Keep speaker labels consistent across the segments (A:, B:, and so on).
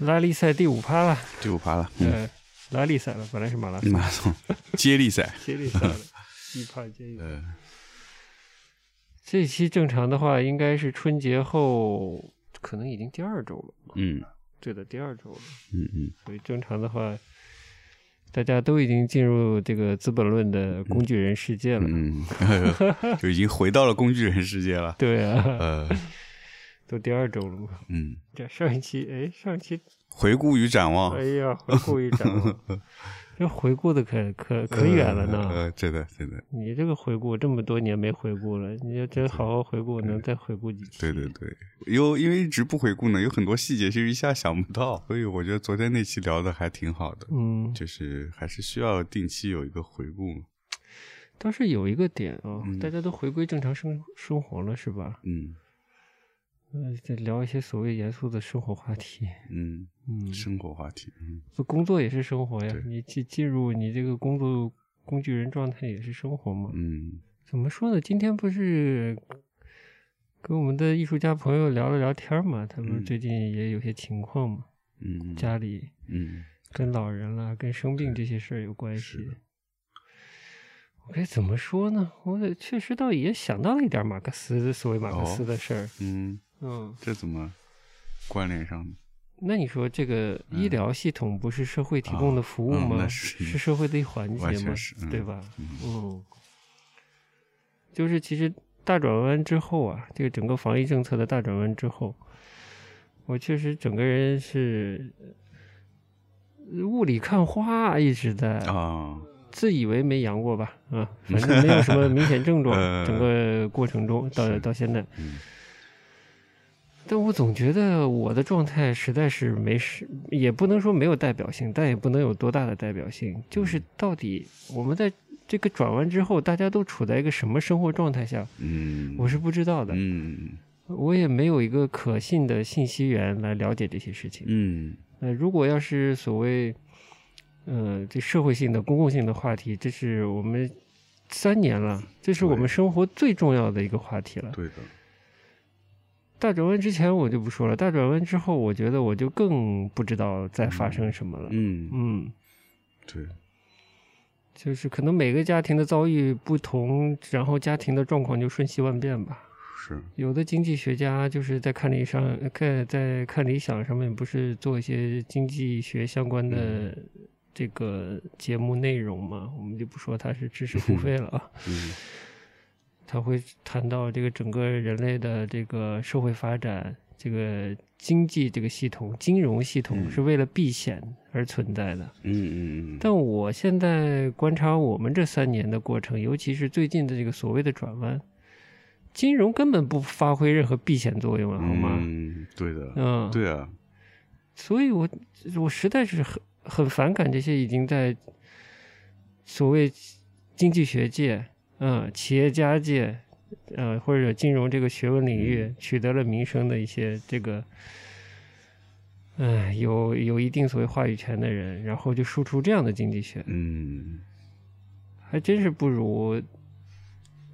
A: 拉力赛第五趴了，
B: 第五趴了，嗯，
A: 呃，拉力赛了，本来嗯是马拉松，
B: 马拉松接力赛，
A: 接力赛了，一趴接一趴。
B: 呃，
A: 这期正常的话，应该是春节后，可能已经第二周了。
B: 嗯
A: 对的，第二周了。
B: 嗯嗯，
A: 所以正常的话，大家都已经进入这个《资本论》的工具人世界了。
B: 嗯， 呃就已经回到了工具人世界了。
A: 对啊，
B: 呃，
A: 都第二周了嘛。
B: 嗯，
A: 这上一期，哎，上一期，
B: 回顾与展望
A: 哎，呀，回顾一 下啊，这回顾的可可可远了
B: 呃
A: 呢。
B: 呃，真的真的，
A: 你这个回顾这么多年没回顾了，你要真好好回顾，能再回顾几期？
B: 对对对，有因为一直不回顾呢，有很多细节其实一下想不到，所以我觉得昨天那期聊的还挺好的，
A: 嗯，
B: 就是还是需要定期有一个回顾。
A: 倒是有一个点啊、
B: 嗯
A: 大家都回归正常生生活了，是吧？
B: 嗯
A: 嗯，再聊一些所谓严肃的生活话题。
B: 嗯，
A: 嗯，
B: 生活话题，嗯
A: 不工作也是生活呀
B: 对，
A: 你进进入你这个工作工具人状态也是生活嘛。
B: 嗯
A: 怎么说呢？今天不是跟我们的艺术家朋友聊了聊天嘛，他们
B: 嗯
A: 最近也有些情况嘛，
B: 嗯，
A: 家里
B: 嗯
A: 跟老人啦、跟生病这些事儿有关
B: 是
A: 系
B: 的。
A: 我该怎么说呢？我得确实倒也想到了一点马克思所谓马克思
B: 哦
A: 的事儿。
B: 嗯，
A: 嗯，
B: 这怎么关联上呢？
A: 那你说这个医疗系统不是社会提供的服务
B: 嗯啊嗯
A: 吗？
B: 那
A: 是
B: 是
A: 社会的一环节
B: 完
A: 吗
B: 全是？嗯
A: 对吧？
B: 嗯
A: 嗯，就是其实大转弯之后啊，这个整个防疫政策的大转弯之后，我确实整个人是呃雾里看花，一直在、
B: 啊，
A: 自以为没阳过吧，啊，反正没有什么明显症状，
B: 呃
A: 整个过程中到
B: 是
A: 到现在。
B: 嗯
A: 但我总觉得我的状态实在是没事，也不能说没有代表性，但也不能有多大的代表性。就是
B: 嗯
A: 到底我们在这个转弯之后，大家都处在一个什么生活状态下，
B: 嗯，
A: 我是不知道的。
B: 嗯
A: 我也没有一个可信的信息源来了解这些事情。
B: 嗯
A: 呃，如果要是所谓，呃，这社会性的、公共性的话题，这是我们三年了，这是我们
B: 对
A: 生活最重要的一个话题了。
B: 对的，
A: 大转弯之前我就不说了，大转弯之后，我觉得我就更不知道在发生什么了。
B: 嗯
A: 嗯，
B: 对，
A: 就是可能每个家庭的遭遇不同，然后家庭的状况就瞬息万变吧。
B: 是，
A: 有的经济学家就是在看理上，看在看理想上面，不是做一些经济学相关的这个节目内容嘛？我们就不说它是知识付费了啊。
B: 嗯
A: 他会谈到这个整个人类的这个社会发展，这个经济这个系统、金融系统
B: 嗯
A: 是为了避险而存在的。
B: 嗯嗯嗯，
A: 但我现在观察我们这三年的过程，尤其是最近的这个所谓的转弯，金融根本不发挥任何避险作用啊，好吗？
B: 嗯，对的，
A: 嗯，
B: 对啊，
A: 所以我我实在是很很反感这些已经在所谓经济学界、嗯、企业家界、呃或者金融这个学问领域取得了名声的一些这个，哎，有有一定所谓话语权的人，然后就输出这样的经济学，
B: 嗯
A: 还真是不如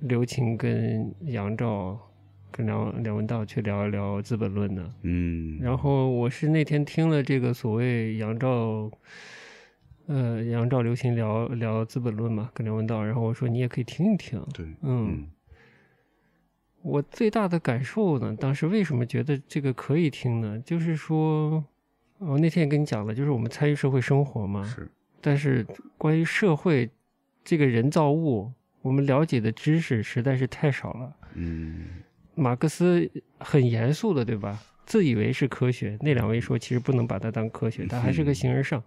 A: 刘擎跟杨照。跟梁梁文道去聊一聊《资本论》呢，
B: 嗯，
A: 然后我是那天听了这个所谓杨照，呃，杨照刘行聊聊《资本论》嘛，跟梁文道，然后我说你也可以听一听。
B: 对，
A: 嗯，
B: 嗯
A: 我最大的感受呢，当时为什么觉得这个可以听呢？就是说，我、那天也跟你讲了，就是我们参与社会生活嘛，
B: 是，
A: 但是关于社会这个人造物，我们了解的知识实在是太少了。
B: 嗯
A: 马克思很严肃的，对吧？自以为是科学，那两位说其实不能把它当科学，它还是个形而上，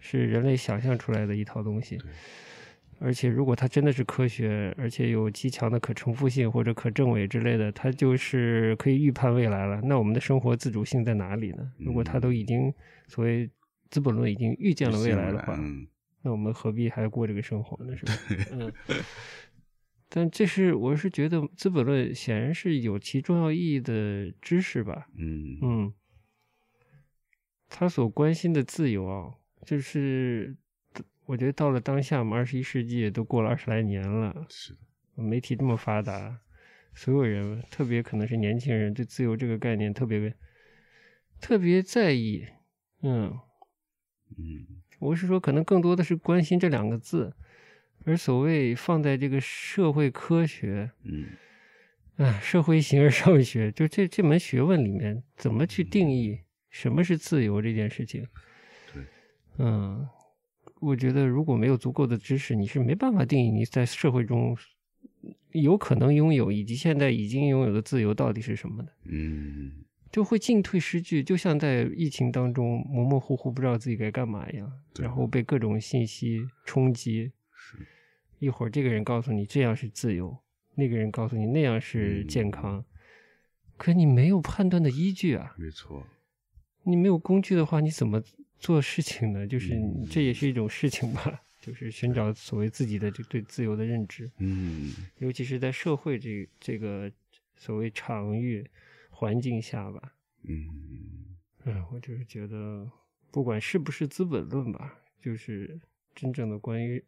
A: 是人类想象出来的一套东西。而且如果它真的是科学，而且有极强的可重复性或者可证伪之类的，它就是可以预判未来了。那我们的生活自主性在哪里呢？如果它都已经所谓《资本论》已经预见了未来的话，
B: 嗯
A: 那我们何必还过这个生活呢？是吧？嗯。但这是我是觉得《资本论》显然是有其重要意义的知识吧。
B: 嗯
A: 嗯，他所关心的自由啊，就是我觉得到了当下嘛，二十一世纪都过了二十来年了，
B: 是的，
A: 媒体这么发达，所有人，特别可能是年轻人，对自由这个概念特别特别在意。嗯，
B: 嗯
A: 我是说，可能更多的是关心这两个字，而所谓放在这个社会科学
B: 嗯
A: 啊、社会形而上学，就这这门学问里面，怎么去定义什么是自由这件事情？
B: 对，
A: 嗯，我觉得如果没有足够的知识，你是没办法定义你在社会中有可能拥有以及现在已经拥有的自由到底是什么的。
B: 嗯
A: 就会进退失据，就像在疫情当中模模糊糊不知道自己该干嘛一样，
B: 对
A: 然后被各种信息冲击。
B: 是，
A: 一会儿这个人告诉你这样是自由，那个人告诉你那样
B: 嗯
A: 是健康，可你没有判断的依据啊！
B: 没错，
A: 你没有工具的话，你怎么做事情呢？就是你
B: 嗯
A: 这也是一种事情吧， 就是寻找所谓自己的这对自由的认知。
B: 嗯
A: 尤其是在社会这这个所谓场域环境下吧，
B: 嗯
A: 嗯，我就是觉得，不管是不是《资本论》吧，就是真正的关于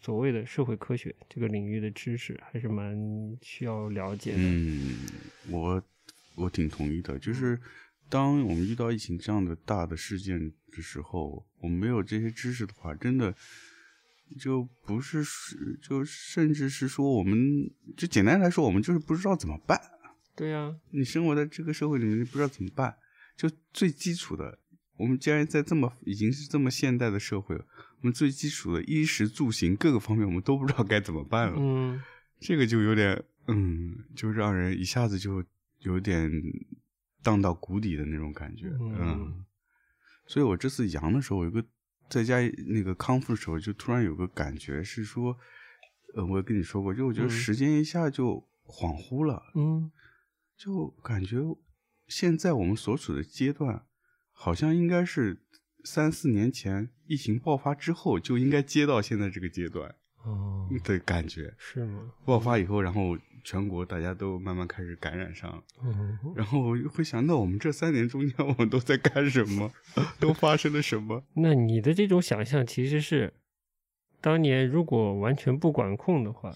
A: 所谓的社会科学这个领域的知识，还是蛮需要了解的。
B: 嗯，我我挺同意的，就是当我们遇到疫情这样的大的事件的时候，我们没有这些知识的话，真的。就不是是，就甚至是说，我们就简单来说，我们就是不知道怎么办。
A: 对呀、啊，
B: 你生活在这个社会里面，你不知道怎么办，就最基础的，我们既然在这么已经是这么现代的社会了，我们最基础的衣食住行各个方面，我们都不知道该怎么办了。
A: 嗯，
B: 这个就有点，嗯，就让人一下子就有点荡到谷底的那种感觉，
A: 嗯
B: 嗯。所以我这次阳的时候，我有个在家那个康复的时候，就突然有个感觉是说，呃，我也跟你说过，就我觉得
A: 嗯
B: 时间一下就恍惚了，
A: 嗯，
B: 就感觉现在我们所处的阶段，好像应该是三四年前疫情爆发之后就应该接到现在这个阶段
A: 哦，
B: 的感觉。
A: 是吗？
B: 爆发以后，然后全国大家都慢慢开始感染上，
A: 哦，
B: 然后我就会想到我们这三年中间我们都在干什么，都发生了 什么。
A: 那你的这种想象其实是，当年如果完全不管控的话，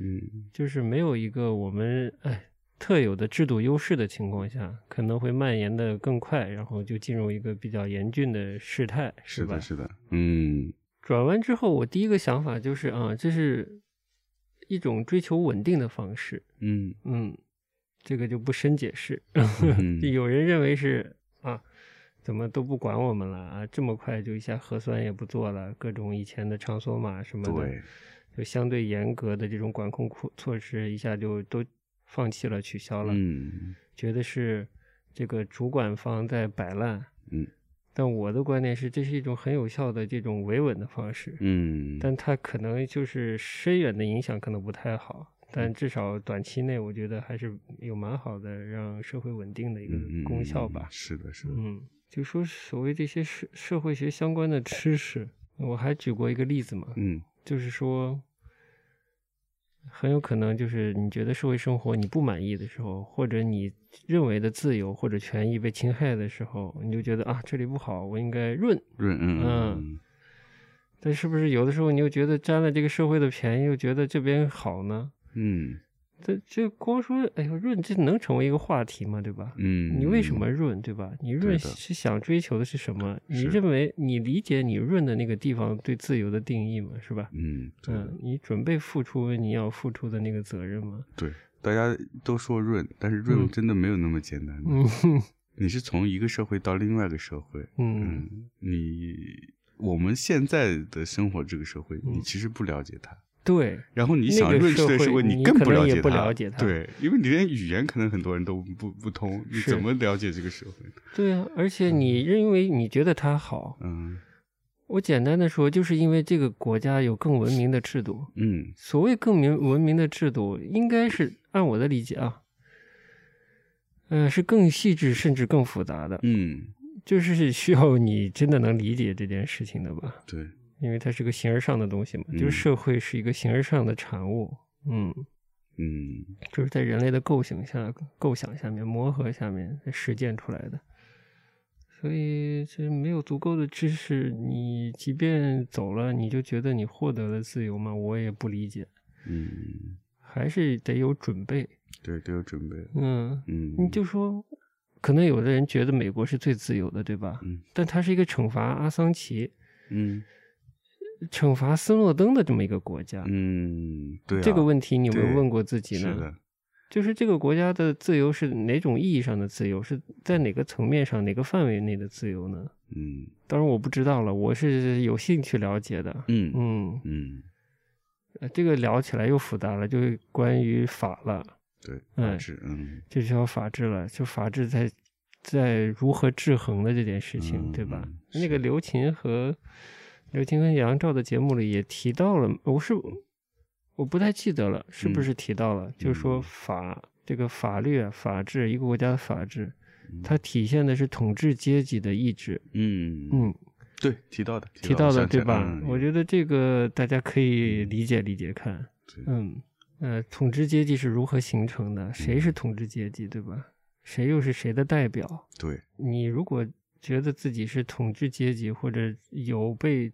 B: 嗯，
A: 就是没有一个我们哎特有的制度优势的情况下，可能会蔓延的更快，然后就进入一个比较严峻的事态，
B: 是
A: 吧
B: 的，？是的，嗯
A: 转弯之后，我第一个想法就是啊，这是一种追求稳定的方式，
B: 嗯
A: 嗯，这个就不深解释。
B: 嗯
A: 有人认为是啊，怎么都不管我们了啊，这么快就一下核酸也不做了，各种以前的场所码什么的，
B: 对，
A: 就相对严格的这种管控措措施一下就都放弃了、取消了，
B: 嗯
A: 觉得是这个主管方在摆烂。
B: 嗯，
A: 但我的观点是，这是一种很有效的这种维稳的方式，
B: 嗯，
A: 但它可能就是深远的影响可能不太好。
B: 嗯
A: 但至少短期内，我觉得还是有蛮好的让社会稳定的一个
B: 嗯嗯
A: 功效吧。
B: 是的，是的，
A: 嗯，就说所谓这些社社会学相关的知识，我还举过一个例子嘛，
B: 嗯
A: 就是说，很有可能就是你觉得社会生活你不满意的时候，或者你认为的自由或者权益被侵害的时候，你就觉得啊这里不好，我应该润。
B: 润嗯
A: 嗯但是不是有的时候你又觉得占了这个社会的便宜，又觉得这边好呢？
B: 嗯
A: 这这光说哎呦润，这能成为一个话题吗？对吧？
B: 嗯，
A: 你为什么润，对吧？你润
B: 对的
A: 是想追求的是什么？你
B: 是
A: 认为你理解你润的那个地方对自由的定义吗？是吧？
B: 嗯对的
A: 嗯，你准备付出你要付出的那个责任吗？
B: 对，大家都说润，但是润
A: 嗯
B: 真的没有那么简单的。
A: 嗯
B: 你是从一个社会到另外一个社会，
A: 嗯
B: 嗯，你我们现在的生活这个社会，你
A: 嗯
B: 其实不了解它，
A: 对，
B: 然后你
A: 那
B: 想
A: 个
B: 认识
A: 社
B: 的
A: 会
B: 社会，
A: 你
B: 更
A: 可能
B: 了
A: 也
B: 解
A: 不
B: 它，
A: 了解它
B: 对，因为你连语言可能很多人都不不通，你
A: 是
B: 怎么了解这个社会？
A: 对啊，而且你认为你觉得它好，
B: 嗯
A: 我简单的说，就是因为这个国家有更文明的制度。
B: 嗯
A: 所谓更明文明的制度，应该是按我的理解啊，嗯、是更细致甚至更复杂的，
B: 嗯，
A: 就是需要你真的能理解这件事情的吧。
B: 对，
A: 因为它是个形而上的东西嘛，
B: 嗯
A: 就是社会是一个形而上的产物，嗯，
B: 嗯
A: 就是在人类的构想下、构想下面、磨合下面实践出来的。所以，这没有足够的知识，你即便走了，你就觉得你获得了自由吗？我也不理解，
B: 嗯，
A: 还是得有准备。
B: 对，都有准备，
A: 嗯，
B: 嗯，
A: 你就说，可能有的人觉得美国是最自由的，对吧？
B: 嗯
A: 但它是一个惩罚阿桑奇、
B: 嗯
A: 惩罚斯诺登的这么一个国家。
B: 嗯，对啊，
A: 这个问题你有没有
B: 对
A: 问过自己
B: 是
A: 呢？
B: 的，
A: 就是这个国家的自由是哪种意义上的自由？是在哪个层面上、哪个范围内的自由呢？
B: 嗯
A: 当然我不知道了，我是有兴趣了解的。
B: 嗯
A: 嗯，
B: 嗯，
A: 呃这个聊起来又复杂了，就是关于法了，
B: 对，
A: 嗯
B: 法治，嗯，
A: 就需要法治了，就法治在在如何制衡的这件事情，
B: 嗯
A: 对吧？
B: 嗯
A: 那个
B: 是
A: 刘琴和刘琴跟杨照的节目里也提到了，我是我不太记得了，是不
B: 嗯
A: 是提到了？就是说法这个法律、啊、法治，一个国家的法治，它体现的是统治阶级的意志。
B: 嗯
A: 嗯，
B: 对，提到的，
A: 提到
B: 到的
A: 的
B: 我想起
A: 对
B: 来
A: 吧？
B: 嗯
A: 我觉得这个大家可以理解理解看。
B: 对
A: 嗯，呃，统治阶级是如何形成的？谁是统治阶级，对吧？谁又是谁的代表？
B: 对，
A: 你如果觉得自己是统治阶级，或者有被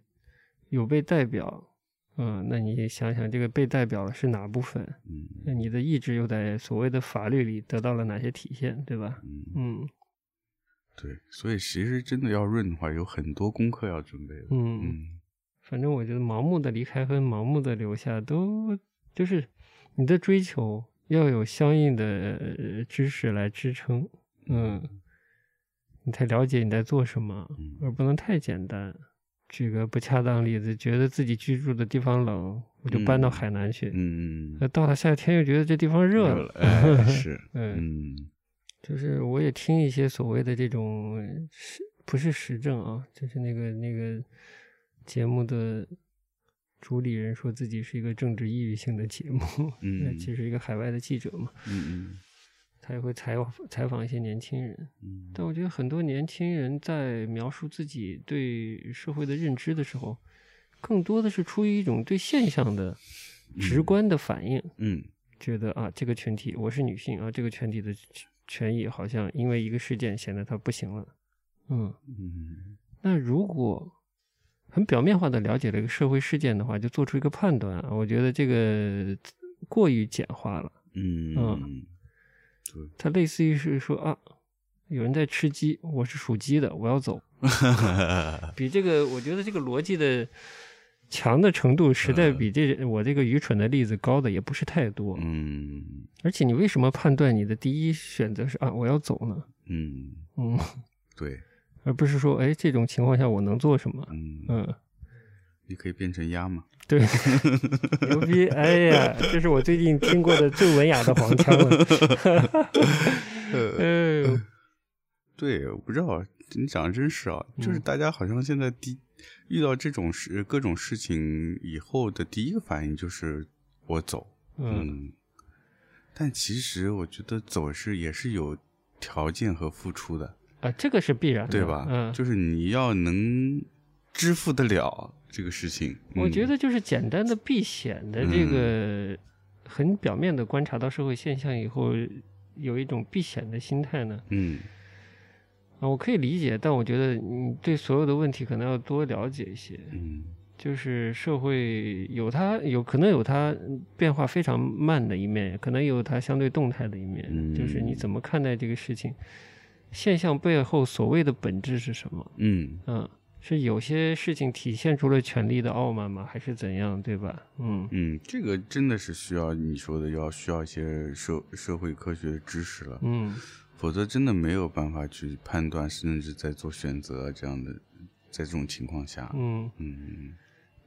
A: 有被代表，嗯、那你想想这个被代表了是哪部分？
B: 嗯
A: 那你的意志又在所谓的法律里得到了哪些体现，对吧？
B: 嗯，
A: 嗯
B: 对，所以其实真的要润的话，有很多功课要准备的，
A: 嗯，
B: 嗯
A: 反正我觉得盲目的离开和盲目的留下都就是你的追求要有相应的呃知识来支撑，嗯，你才了解你在做什么。
B: 嗯
A: 而不能太简单。举个不恰当例子，觉得自己居住的地方冷，我就搬到
B: 嗯
A: 海南去。
B: 嗯，
A: 那到了夏天又觉得这地方热
B: 了，哎， 是，
A: 嗯，
B: 嗯
A: 就是我也听一些所谓的这种呃实不是实证啊，就是那个那个节目的主理人说自己是一个政治抑郁性的节目， 那
B: 嗯
A: 其实一个海外的记者嘛，
B: 嗯
A: 他也会采访采访一些年轻人。
B: 嗯
A: 但我觉得很多年轻人在描述自己对社会的认知的时候，更多的是出于一种对现象的直观的反应，
B: 嗯
A: 觉得啊，这个群体我是女性啊，这个群体的权权益好像因为一个事件显得它不行了。嗯，
B: 嗯
A: 那如果很表面化的了解了一个社会事件的话，就做出一个判断啊，我觉得这个过于简化了。
B: 嗯嗯，对，
A: 它类似于是说啊，有人在吃鸡，我是属鸡的，我要走。比这个，我觉得这个逻辑的强的程度，实在比这我这个愚蠢的例子高的也不是太多。
B: 嗯
A: 而且你为什么判断你的第一选择是啊我要走呢？
B: 嗯，
A: 嗯，
B: 对，
A: 而不是说哎这种情况下我能做什么？
B: 嗯，
A: 嗯，
B: 你可以变成鸭 嘛，
A: 对，牛逼！哎呀，这是我最近听过的最文雅的黄腔了。 哎呦，
B: 对，我不知道，你讲的真是啊，就是大家好像现在第遇到这种事、各种事情以后的第一个反应就是我走，
A: 嗯，
B: 嗯，但其实我觉得走是也是有条件和付出的，
A: 啊，这个是必然的，
B: 对吧？
A: 嗯，
B: 就是你要能支付得了这个事情，
A: 我
B: 嗯
A: 觉得就是简单的避险的这个很表面的观察到社会现象以后，有一种避险的心态呢，
B: 嗯
A: 啊，我可以理解，但我觉得你对所有的问题可能要多了解一些，
B: 嗯
A: 就是社会有它有可能有它变化非常慢的一面，可能有它相对动态的一面，
B: 嗯
A: 就是你怎么看待这个事情，现象背后所谓的本质是什么？
B: 嗯
A: 嗯。是有些事情体现出了权力的傲慢吗？还是怎样，对吧？嗯，
B: 嗯，这个真的是需要你说的要需要一些社社会科学知识了，
A: 嗯
B: 否则真的没有办法去判断，甚至在做选择啊这样的，在这种情况下，
A: 嗯，
B: 嗯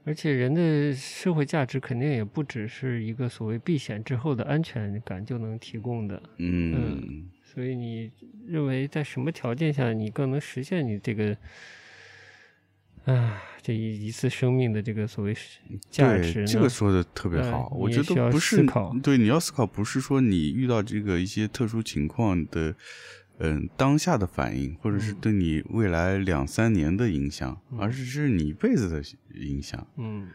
A: 而且人的社会价值肯定也不只是一个所谓避险之后的安全感就能提供的，
B: 嗯
A: 所以你认为在什么条件下你更能实现你这个啊这一一次生命的这个所谓是价值
B: 对，
A: 呢？
B: 这个说的特别
A: 哎
B: 好，
A: 你
B: 我
A: 也
B: 觉
A: 需
B: 得
A: 要
B: 不
A: 思
B: 是
A: 考
B: 对你要思考，不是说你遇到这个一些特殊情况的，嗯，当下的反应，或者是
A: 嗯
B: 对你未来两三年的影响，
A: 嗯
B: 而是是你一辈子的影响。
A: 嗯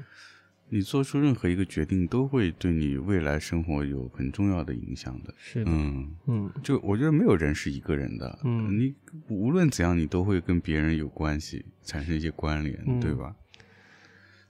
B: 你做出任何一个决定，都会对你未来生活有很重要的影响的。
A: 是的
B: 嗯，
A: 嗯
B: 就我觉得没有人是一个人的，
A: 嗯
B: 你无论怎样，你都会跟别人有关系，产生一些关联，
A: 嗯
B: 对吧？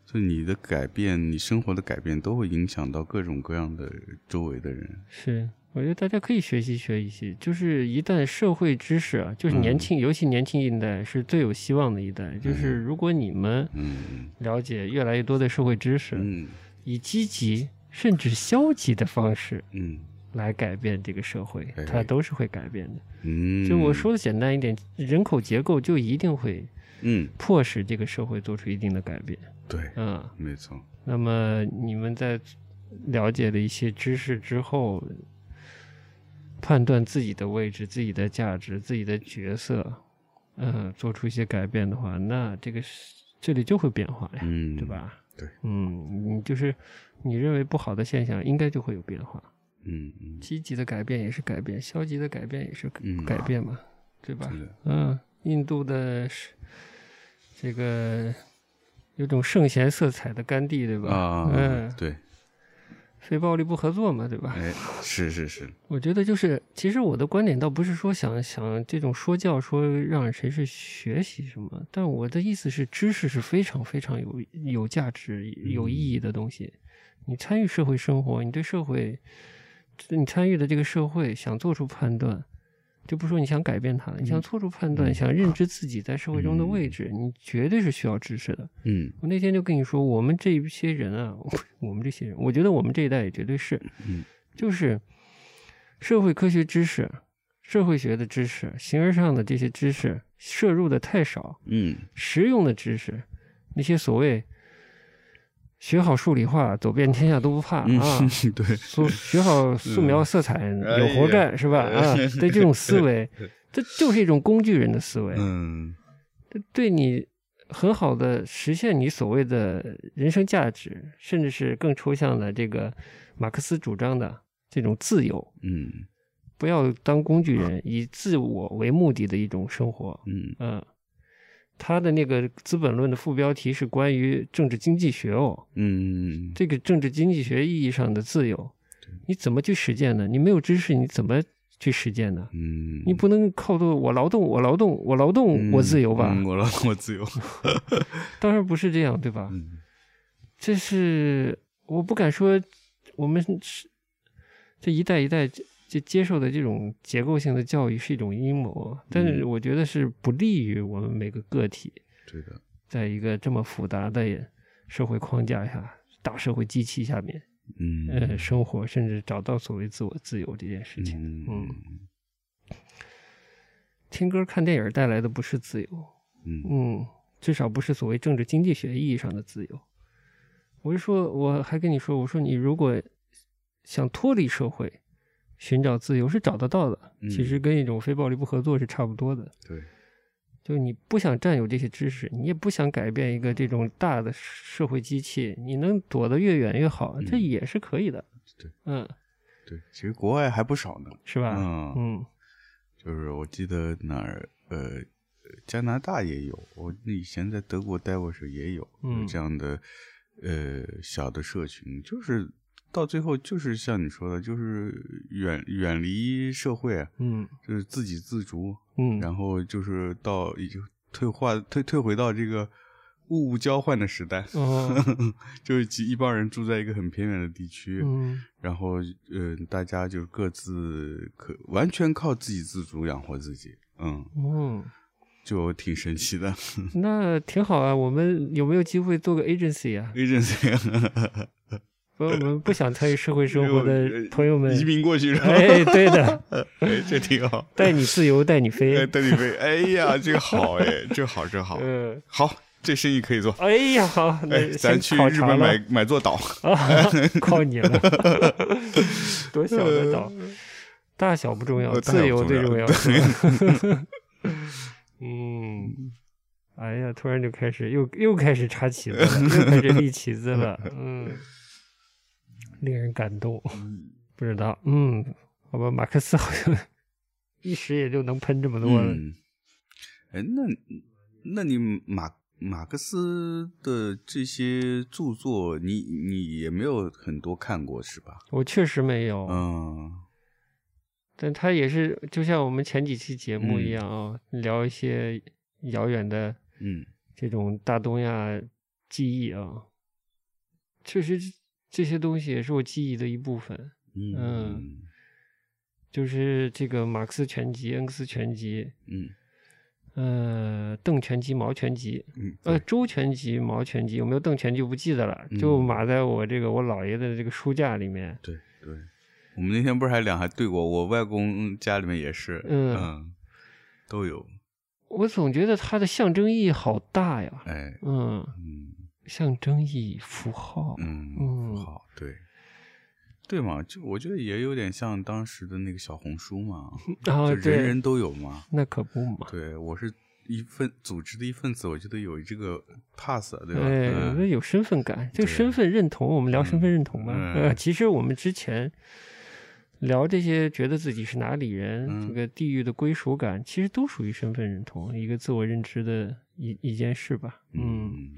B: 所以你的改变，你生活的改变，都会影响到各种各样的周围的人。
A: 是我觉得大家可以学习学一些，就是一旦社会知识啊，就是
B: 嗯
A: 年轻，尤其年轻一代是最有希望的一代。就是如果你们
B: 嗯
A: 了解越来越多的社会知识，
B: 嗯
A: 以积极甚至消极的方式
B: 嗯
A: 来改变这个社会
B: 哎，
A: 它都是会改变的。
B: 嗯，
A: 就我说的简单一点，人口结构就一定会
B: 嗯，
A: 迫使这个社会做出一定的改变。
B: 对，
A: 嗯，
B: 没错，
A: 那么你们在了解了一些知识之后，判断自己的位置、自己的价值、自己的角色，嗯、做出一些改变的话，那这个是这里就会变化呀，
B: 嗯，
A: 对？吧？
B: 对，
A: 嗯，你就是你认为不好的现象，应该就会有变化。
B: 嗯嗯，
A: 积极的改变也是改变，消极的改变也是
B: 嗯
A: 改变嘛，对吧？
B: 对的，
A: 嗯，印度的是这个有种圣贤色彩的甘地，对吧？
B: 啊
A: 嗯，，
B: 对，
A: 非暴力不合作嘛，对吧？
B: 哎，是是是，
A: 我觉得就是，其实我的观点倒不是说想想这种说教，说让谁去学习什么，但我的意思是，知识是非常非常有有价值、有意义的东西。你参与社会生活，你对社会，你参与的这个社会，想做出判断，就不说你想改变它了，你想做出判断，想认知自己在社会中的位置，你绝对是需要知识的。
B: 嗯
A: 我那天就跟你说，我们这一些人啊， 我们这些人，我觉得我们这一代也绝对是，
B: 嗯
A: 就是社会科学知识、社会学的知识、形而上的这些知识摄入的太少，
B: 嗯
A: 实用的知识，那些所谓学好数理化，走遍天下都不怕
B: 嗯
A: 啊，，
B: 对，
A: 素学好素描色彩，
B: 哎
A: 有活
B: 呀
A: 干 是吧？啊，对这种思维，这就是一种工具人的思维，
B: 嗯
A: 这对你很好的实现你所谓的人生价值，甚至是更抽象的这个马克思主张的这种自由，
B: 嗯
A: 不要当工具人，以自我为目的的一种生活。
B: 嗯
A: 嗯，他的那个《资本论》的副标题是关于政治经济学哦，
B: 嗯，
A: 这个政治经济学意义上的自由，你怎么去实践呢？你没有知识，你怎么去实践呢？
B: 嗯，
A: 你不能靠着我劳动，我劳动，我劳动，我自由吧？
B: 嗯我劳动，我自由，
A: 当然不是这样，对吧？
B: 嗯
A: 这是我不敢说我们是这一代一代就接受的这种结构性的教育是一种阴谋啊，但是我觉得是不利于我们每个个体，
B: 对的，
A: 在一个这么复杂的社会框架下、大社会机器下面，
B: 嗯
A: 呃，生活甚至找到所谓自我自由这件事情。
B: 嗯
A: 听歌、看电影带来的不是自由，
B: 嗯
A: 嗯，至少不是所谓政治经济学意义上的自由。我是说，我还跟你说，我说你如果想脱离社会，寻找自由是找得到的，
B: 嗯
A: 其实跟一种非暴力不合作是差不多的。
B: 对，
A: 就你不想占有这些知识，你也不想改变一个这种大的社会机器，你能躲得越远越好，这
B: 嗯
A: 也是可以的。
B: 对，
A: 嗯，
B: 对，其实国外还不少呢，
A: 是吧？
B: 嗯
A: 嗯
B: 就是我记得哪儿呃，加拿大也有，我以前在德国待过时候也有
A: 嗯
B: 有这样的呃小的社群，就是到最后就是像你说的，就是远远离社会，啊
A: 嗯
B: 就是自给自足，
A: 嗯，
B: 然后就是到已经退化退退回到这个物物交换的时代，
A: 哦，
B: 就是几一帮人住在一个很偏远的地区，
A: 嗯
B: 然后，嗯、大家就是各自可完全靠自给自足养活自己，嗯，
A: 嗯。
B: 就挺神奇的
A: 那挺好啊，我们有没有机会做个 agency 啊？
B: agency。
A: 不，我们不想参与社会 生活的朋友们
B: 呃移，民过去，然后、
A: 哎，对的，
B: 哎，这挺好。
A: 带你自由，带你
B: 哎，
A: 飞。
B: 邓丽飞，哎呀，这个好哎，这好，这好，
A: 嗯，
B: 好，这生意可以做。
A: 哎呀，好，
B: 哎
A: 那，
B: 咱
A: 先
B: 去
A: 考
B: 日
A: 察
B: 本
A: 了
B: 买买座岛。
A: 啊，靠你了， 多小的岛，大小不重要，
B: 嗯呃大小
A: 自由
B: 不
A: 最
B: 重
A: 重
B: 要
A: 要。是吧嗯，哎呀，突然就开始又又开始插旗子了，又开始立旗子 了，嗯，令人感动。不知道，嗯，好吧，马克思好像 一时也就能喷这么多了。
B: 嗯，哎，那那你马马克思的这些著作，你你也没有很多看过是吧？
A: 我确实没有，
B: 嗯
A: 哦但他也是就像我们前几期节目一样啊、聊一些遥远的
B: 嗯
A: 这种大东亚记忆啊，确实这这些东西也是我记忆的一部分。
B: 嗯
A: 嗯就是这个马克思全集、恩格斯全集，
B: 嗯
A: 呃，邓全集、毛全集，
B: 嗯，
A: 呃，周全集、毛全集有没有邓全集不记得了，就
B: 嗯
A: 码在我这个我姥爷的这个书架里面。
B: 对对，我们那天不是还两还对过，我外公家里面也是，
A: 嗯
B: 都有，
A: 我总觉得它的象征意义好大呀，
B: 哎，
A: 嗯，
B: 嗯
A: 象征意义、符号，
B: 嗯，
A: 嗯
B: 好，对。对嘛，就我觉得也有点像当时的那个小红书嘛，
A: 然后
B: 就
A: 哦对，
B: 人人都有嘛。
A: 那可不嘛，
B: 对，我是一份组织的一份子，我觉得有这个 pass，对吧？
A: 哎，
B: 嗯
A: 那有身份感，这个
B: 对
A: 身份认同，我们聊身份认同吧。
B: 嗯
A: 呃，其实我们之前聊这些，觉得自己是哪里人，
B: 嗯
A: 这个地域的归属感，其实都属于身份认同，一个自我认知的一一件事吧。嗯，
B: 嗯，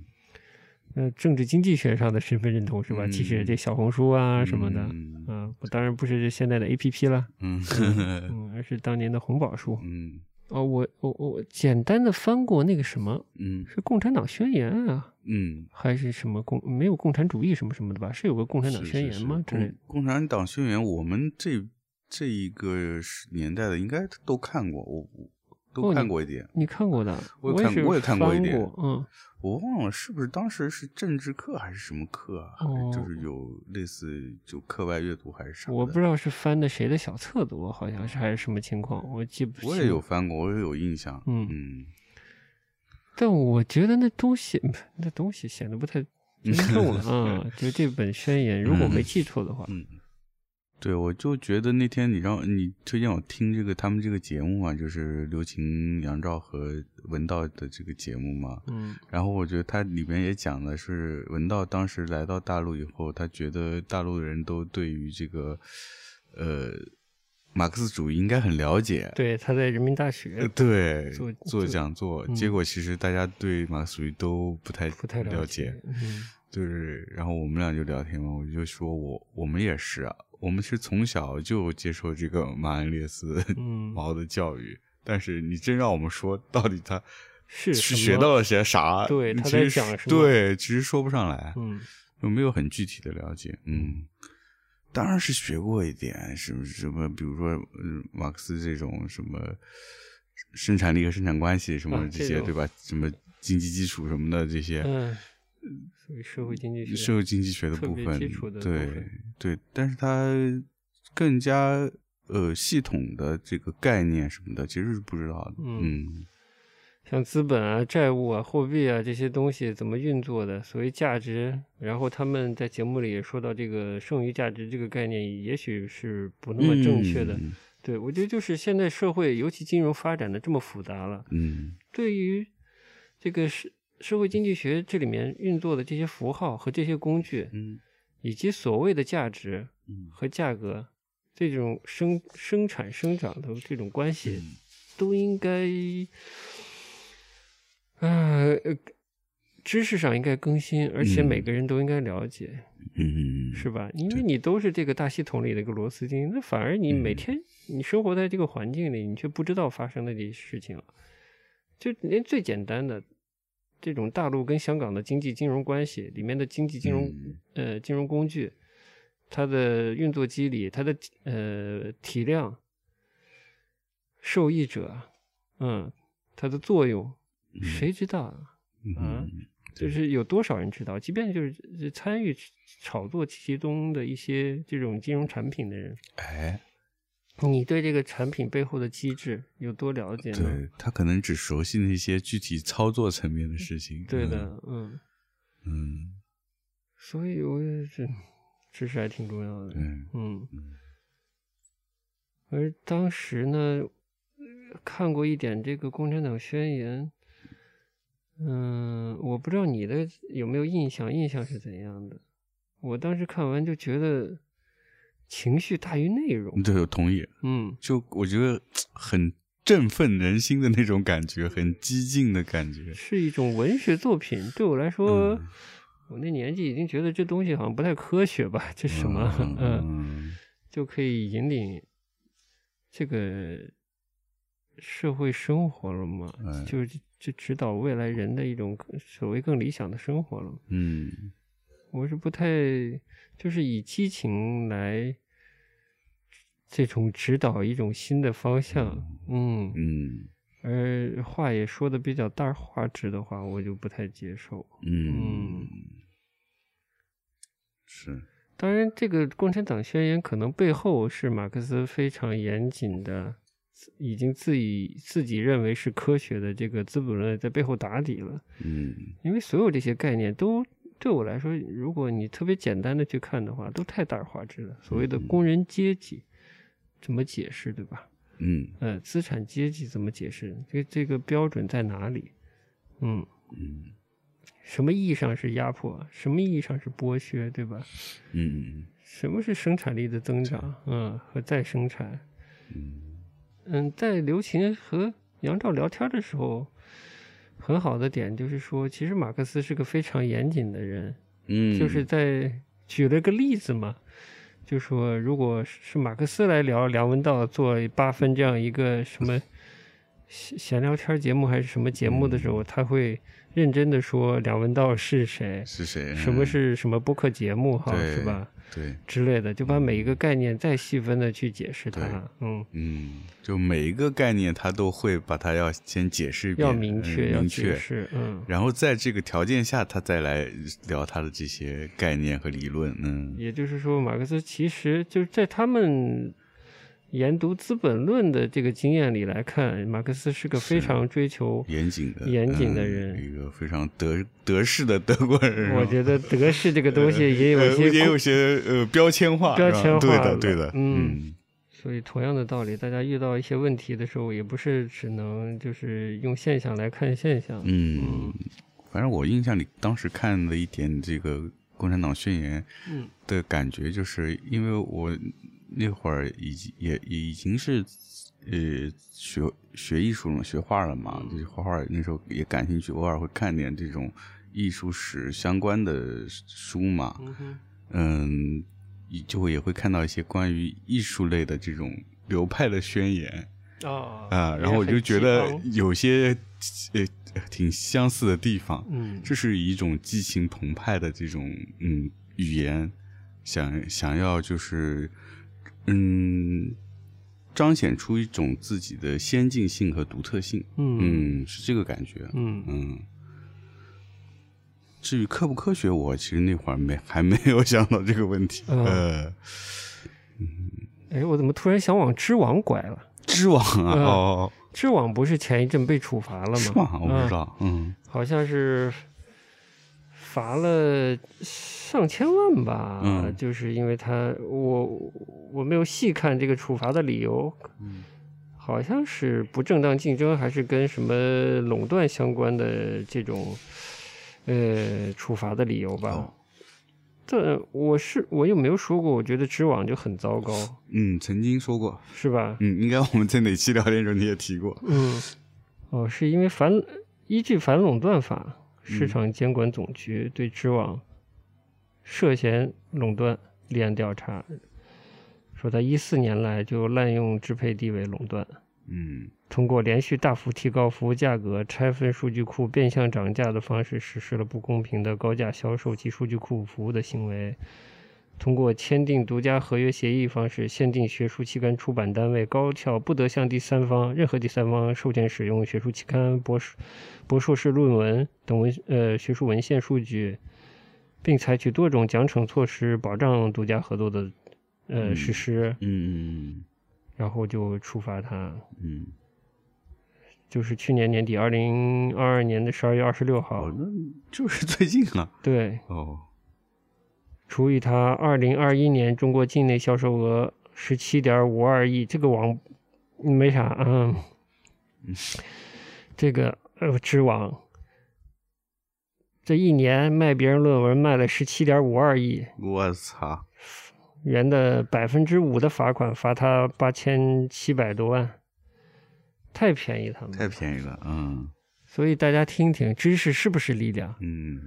A: 那政治经济学上的身份认同是吧？
B: 嗯
A: 其实这小红书啊什么的，
B: 嗯
A: 啊，我当然不是现在的 A P P 啦，
B: 嗯
A: 嗯，而是当年的红宝书。
B: 嗯
A: 哦，我我我简单的翻过那个什么，
B: 嗯
A: 是《共产党宣言》啊。
B: 嗯，
A: 还是什么共没有共产主义什么什么的吧？是有个共
B: 共
A: 产党宣言吗？之类的？
B: 共共产党宣言，我们这这一个时年代的应该都看过，我我都
A: 哦
B: 看
A: 你
B: 过一点。
A: 你看过的？
B: 我
A: 也
B: 看
A: 是
B: 我也看过一
A: 翻
B: 点
A: 嗯，
B: 我忘了是不是当时是政治课还是什么课啊？
A: 哦
B: 就是有类似就课外阅读还是啥的？
A: 我不知道是翻的谁的小册子，我好像是还是什么情况，我记不清。
B: 我也有，翻过，我也有印象。
A: 嗯
B: 嗯
A: 但我觉得那东西， 那东西显得不 太真重了啊。就这本宣言，如果我没记错的话，
B: 嗯，对，我就觉得那天你让你推荐我听这个他们这个节目嘛，啊就是刘晴、杨照和文道的这个节目嘛。
A: 嗯
B: 然后我觉得它里面也讲的是文道当时来到大陆以后，他觉得大陆人都对于这个呃马克思主义应该很了解，
A: 对，他在人民大
B: 呃
A: 学，
B: 对，
A: 做
B: 做
A: 做
B: 讲座，
A: 嗯
B: 结果其实大家对马克思主义都不太
A: 不太
B: 了
A: 解。嗯
B: 就是，然后我们俩就聊天嘛，我就说我我们也是啊，我们是从小就接受这个马恩列斯、
A: 嗯，
B: 毛的教育，但是你真让我们说到底他
A: 是什
B: 是学
A: 么
B: 到了些啥，
A: 对
B: 你
A: 他
B: 其
A: 在
B: 实
A: 讲
B: 是
A: 什么
B: 对，其实说不上来，
A: 嗯，
B: 有没有很具体的了解？嗯，当然是学过一点，什么什么，比如说，嗯，马克思这种什么生产力和生产关系什么
A: 啊
B: 这
A: 这
B: 些，
A: 种
B: 对吧？什么经济基础什么的这些，
A: 嗯，属于社会经济学，
B: 社会经济学的
A: 特
B: 部
A: 别
B: 分
A: 基础的，部
B: 对
A: 分
B: 对，但是它更加呃系统的这个概念什么的，其实是不知道的。
A: 嗯
B: 嗯
A: 像资本啊、债务啊、货币啊这些东西怎么运作的，所谓价值。然后他们在节目里也说到这个剩余价值这个概念，也许是不那么正确的。
B: 嗯
A: 对我觉得就是现在社会，尤其金融发展的这么复杂了，
B: 嗯
A: 对于这个社社会经济学这里面运作的这些符号和这些工具，
B: 嗯
A: 以及所谓的价值
B: 嗯
A: 和价格这种生生产生长的这种关系，
B: 嗯
A: 都应该，呃，呃知识上应该更新，而且
B: 嗯
A: 每个人都应该了解，
B: 嗯，
A: 是吧？因为你都是这个大系统里的一个螺丝钉，那反而你每
B: 嗯
A: 天你生活在这个环境里，你却不知道发生的这些事情了，就连最简单的。这种大陆跟香港的经济金融关系里面的经济金融、
B: 嗯
A: 呃金融工具，它的运作机理、它的呃体量、受益者，嗯，它的作用，
B: 嗯
A: 谁知道啊？啊
B: 嗯
A: 就
B: 对
A: 是有多少人知道？即便就是呃参与炒作其中的一些这种金融产品的人，
B: 哎，
A: 你对这个产品背后的机制有多了解呢？
B: 对他可能只熟悉那些具体操作层面的事情。
A: 对的，嗯，
B: 嗯，
A: 所以我也是知识还挺重要的。
B: 嗯
A: 嗯
B: 嗯，
A: 而当时呢，呃看过一点这个《共产党宣言》，嗯，我不知道你的有没有印象，印象是怎样的？我当时看完就觉得情绪大于内容
B: 对，，对，我同意。
A: 嗯，
B: 就我觉得很振奋人心的那种感觉，很激进的感觉。
A: 嗯是一种文学作品。对我来说，
B: 嗯
A: 我那年纪已经觉得这东西好像不太科学吧？这什么？
B: 嗯
A: 嗯
B: 嗯
A: 就可以引领这个社会生活了嘛？
B: 哎
A: 就是就指导未来人的一种所谓更理想的生活了嘛。
B: 嗯
A: 我是不太就是以激情来这种指导一种新的方向，嗯，
B: 嗯
A: 而话也说的比较大话直的话，我就不太接受。
B: 嗯，是，
A: 当然，这个《共产党宣言》可能背后是马克思非常严谨的，已经自己自己认为是科学的这个《资本论》在背后打底了。
B: 嗯
A: 因为所有这些概念都对我来说，如果你特别简单的去看的话，都太大而化之了。所谓的工人阶级怎么解释，对吧？
B: 嗯
A: 呃，资产阶级怎么解释？这这个标准在哪里？嗯，
B: 嗯
A: 什么意义上是压迫？什么意义上是剥削，对吧？
B: 嗯
A: 什么是生产力的增长？嗯，和再生产。
B: 嗯
A: 嗯，在刘琴和杨照聊天的时候，很好的点就是说，其实马克思是个非常严谨的人。
B: 嗯，
A: 就是在举了个例子嘛，就说如果是马克思来聊梁文道做八分这样一个什么闲闲聊天节目还是什么节目的时候，他会认真的说梁文道是谁，
B: 是谁？
A: 什么是什么播客节目哈，
B: 对
A: 是吧？
B: 对，
A: 之类的，就把每一个概念再细分的去解释
B: 嗯对
A: 它，嗯，
B: 嗯，就每一个概念，他都会把它要先解释一遍，
A: 要明确，
B: 嗯
A: 要
B: 明
A: 解
B: 确，
A: 释，嗯，
B: 然后在这个条件下，他再来聊他的这些概念和理论。嗯
A: 也就是说，马克思其实就是在他们研读《资本论》的这个经验里来看，马克思是个非常追求，
B: 严谨的、
A: 严谨的
B: 嗯
A: 人
B: 一个非常德德式的德国人。
A: 我
B: 得
A: 觉得德式这个东西也有一
B: 呃也
A: 些
B: 有
A: 共，
B: 些呃标签化，
A: 标
B: 是吧
A: 签化
B: 对的，
A: 了
B: 对的，
A: 嗯
B: 嗯
A: 所以同样的道理，大家遇到一些问题的时候，也不是只能就是用现象来看现象。
B: 嗯，反正我印象里当时看了一点这个《共产党宣言》
A: 嗯
B: 的感觉，就是因为我那会儿已经也也已经是呃学学艺术了嘛，学画了嘛，就是画画那时候也感兴趣，偶尔会看点这种艺术史相关的书嘛，
A: 嗯哼，
B: 嗯，也就会也会看到一些关于艺术类的这种流派的宣言。
A: 啊
B: 啊，然后我就觉得，有些呃挺相似的地方，
A: 嗯，
B: 这是一种激情澎湃的这种嗯语言，想想要就是嗯彰显出一种自己的先进性和独特性，
A: 嗯
B: 嗯，是这个感觉，
A: 嗯
B: 嗯。至于科不科学，我其实那会儿没还没有想到这个问题。
A: 嗯
B: 呃，
A: 哎，我怎么突然想往知网拐了？
B: 知网啊，
A: 嗯
B: 哦，
A: 知网不是前一阵被处罚了吗？
B: 是吗？我不
A: 嗯
B: 知道，嗯，
A: 好像是罚了上千万吧，
B: 嗯
A: 就是因为他我我没有细看这个处罚的理由，
B: 嗯
A: 好像是不正当竞争还是跟什么垄断相关的这种呃处罚的理由吧。
B: 哦
A: 但我是我有没有说过？我觉得知网就很糟糕，
B: 嗯，曾经说过，
A: 是吧？
B: 嗯，应该我们在哪期聊天中你也提过。
A: 嗯，哦，是因为反依据反垄断法，市场监管总局对知网涉嫌垄断立案调查，说他一四年来就滥用支配地位垄断，
B: 嗯
A: 通过连续大幅提高服务价格、拆分数据库、变相涨价的方式，实施了不公平的高价销售及数据库服务的行为。通过签订独家合约协议方式，限定学术期刊出版单位、高校不得向第三方任何第三方授权使用学术期刊、博士、博硕士论文等文呃学术文献数据，并采取多种奖惩措施保障独家合作的呃
B: 嗯
A: 实施，
B: 嗯
A: 然后就处罚他。
B: 嗯嗯，
A: 就是去年年底，二零二二年的十二月二十六号
B: 哦，，那就是最近了。
A: 对，
B: 哦，
A: 除以它二零二一年中国境内销售额十七点五二亿，这个网没啥啊，嗯这个呃知网这一年卖别人论文卖了十七点五二亿
B: 我操！
A: 元的百分之五的罚款，罚他八千七百多万，太便宜他们
B: 太
A: 了。
B: 便宜了。嗯
A: 所以大家听听，知识是不是力量？
B: 嗯，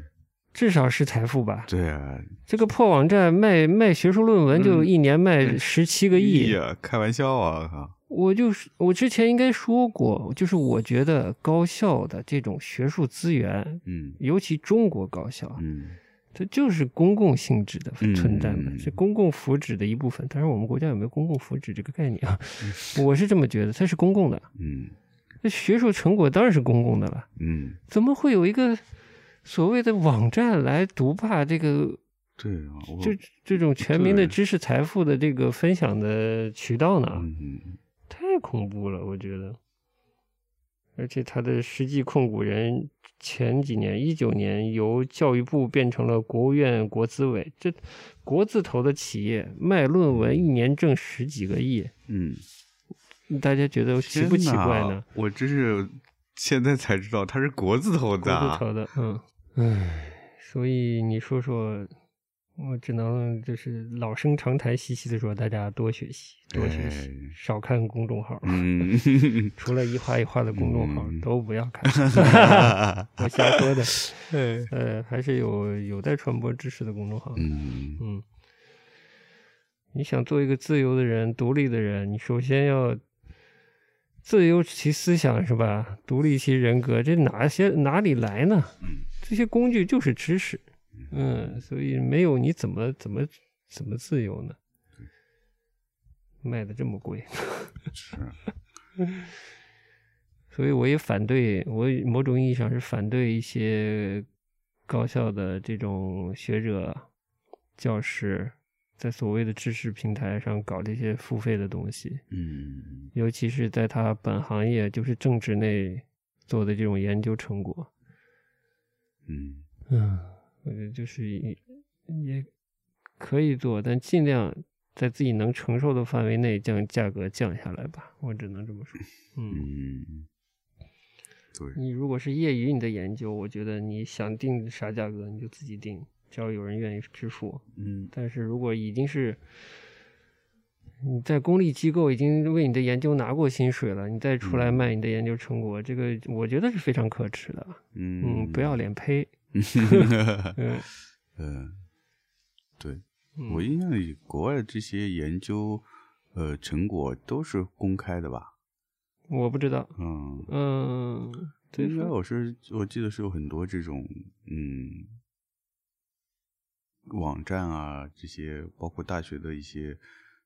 A: 至少是财富吧。
B: 对啊，
A: 这个破网站卖卖学术论文，就
B: 嗯
A: 一年卖十七个亿。
B: 啊，开玩笑啊！靠，
A: 我就是我之前应该说过，就是我觉得高校的这种学术资源，
B: 嗯
A: 尤其中国高校，
B: 嗯
A: 它就是公共性质的
B: 嗯
A: 存在嘛
B: 嗯，嗯
A: 是公共福祉的一部分。当然，我们国家有没有公共福祉这个概念啊？ 我是这么觉得，它是公共的，
B: 嗯
A: 那学术成果当然是公共的了。
B: 嗯，
A: 怎么会有一个所谓的网站来独霸这个
B: 对啊，我
A: 这这种全民的
B: 对
A: 知识财富的这个分享的渠道呢？
B: 嗯嗯
A: 太恐怖了，我觉得。而且它的实际控股人前几年，一九年由教育部变成了国务院国资委，这国字头的企业卖论文一年挣十几个亿，
B: 嗯，
A: 大家觉得奇不奇怪呢？？
C: 我真是现在才知道他是国字头的
A: 国字
C: 啊，
A: 头的，嗯，唉，所以你说说，我只能就是老生常谈，细细的说，大家多学习，多学习，
B: 哎
A: 少看公众号，
B: 嗯，
A: 除了一画一画的公众号、
B: 嗯
A: 都不要看， 我瞎说的，
C: 对，
A: 呃，还是有有在传播知识的公众号，
B: 嗯
A: 嗯你想做一个自由的人、独立的人，你首先要自由其思想是吧？独立其人格，这哪些哪里来呢？这些工具就是知识，嗯，所以没有你怎么怎么怎么自由呢？卖的这么贵，
B: 是，
A: 所以我也反对，我某种意义上是反对一些高校的这种学者、教师在所谓的知识平台上搞这些付费的东西，
B: 嗯
A: 尤其是在他本行业就是政治内做的这种研究成果。
B: 嗯
A: 嗯，我觉得就是也也可以做，但尽量在自己能承受的范围内将价格降下来吧。我只能这么说。嗯。
B: 嗯，对，
A: 你如果是业余你的研究，我觉得你想定啥价格你就自己定，只要有人愿意支付。
B: 嗯
A: 但是如果已经是你在公立机构已经为你的研究拿过薪水了，你再出来
B: 嗯
A: 卖你的研究成果，这个我觉得是非常可耻的。嗯，
B: 嗯，
A: 不要，脸呸。嗯
B: 嗯，对，
A: 嗯
B: 我印象里，国外的这些研究，呃，成果都是公开的吧？
A: 我不知道。
B: 嗯，
A: 嗯，对，
B: 应该我是我记得是有很多这种嗯网站啊，这些包括大学的一些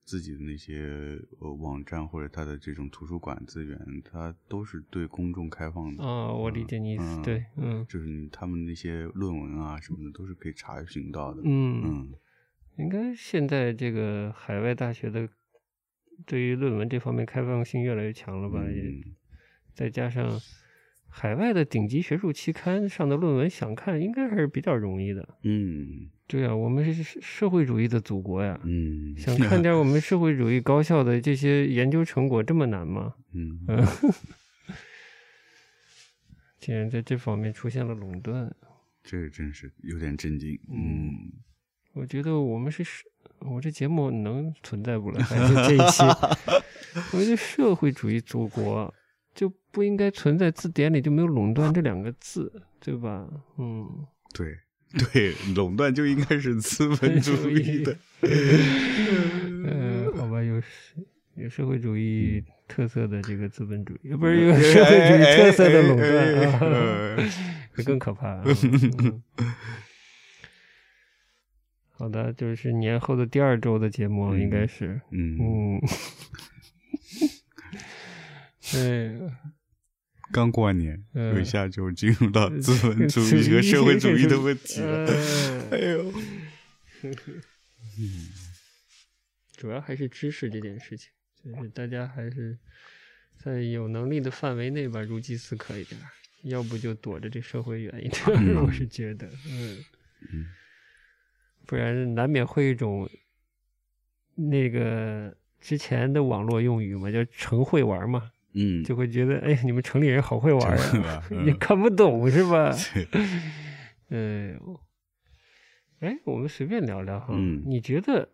B: 自己的那些呃网站或者它的这种图书馆资源，它都是对公众开放的。
A: 啊，我理解你意思。
B: 嗯
A: 对，嗯
B: 就是你他们那些论文啊什么的都是可以查询到的。
A: 嗯。
B: 嗯
A: 应该现在这个海外大学的对于论文这方面开放性越来越强了吧？也
B: 嗯
A: 再加上海外的顶级学术期刊上的论文，想看应该还是比较容易的。
B: 嗯
A: 对啊，我们是社社会主义的祖国呀，
B: 嗯，
A: 想看点我们社会主义高校的这些研究成果，这么难吗？
B: 嗯
A: 嗯，竟然在这方面出现了垄断，
B: 这个真是有点震惊。嗯
A: 嗯我觉得我们是社，我这节目能存在不了，还是这一 期，我觉得社会主义祖国就不应该存在字典里就没有垄断这两个字，对吧？嗯，
B: 对，
C: 对，垄断就应该是资本主义 的，
B: 嗯
C: 嗯
A: 呃，好吧，有有社会主义特色的这个资本主
C: 嗯
A: 义，不是有社会主义特色的垄断啊，
C: 哎哎 哎哎哎哎
A: 这更可怕、 啊。嗯好的，就是年后的第二周的节目，应该是，
B: 嗯
A: 嗯， 对，
C: 刚过完年，
A: 嗯
C: 我一下就进入到资本主 义和社会主义的问题了。哎
A: 呃
C: 呦，
A: 主要还是知识这件事情，就是大家还是在有能力的范围内吧，如饥似渴一点儿，要不就躲着这社会远一点儿。
B: 嗯
A: 我是觉得，嗯，
B: 嗯
A: 不然难免会有一种那个之前的网络用语嘛，叫“成会玩”嘛，
B: 嗯，
A: 就会觉得，哎呀，你们城里人好会玩
C: 成会
A: 啊
C: 玩，嗯
A: 也看不懂是 吧？嗯，哎，我们随便聊聊哈。
B: 嗯
A: 你觉得？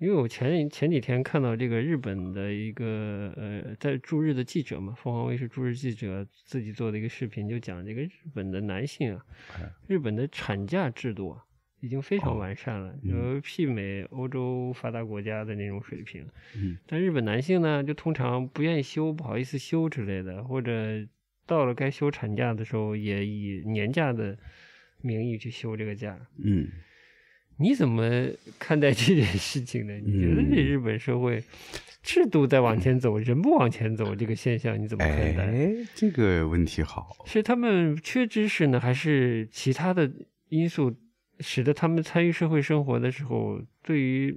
A: 因为我前前几天看到这个日本的一个呃，在驻日的记者嘛，凤凰卫视驻日记者自己做的一个视频，就讲这个日本的男性啊，日本的产假制度啊，已经非常完善了，
B: 嗯
A: 就媲美欧洲发达国家的那种水平。
B: 嗯
A: 但日本男性呢，就通常不愿意休，不好意思休之类的，或者到了该休产假的时候，也以年假的名义去休这个假。
B: 嗯
A: 你怎么看待这件事情呢？你觉得这日本社会制度在往前走，人不往前走这个现象你怎么看待？
B: 哎，这个问题好，
A: 是他们缺知识呢，还是其他的因素使得他们参与社会生活的时候，对于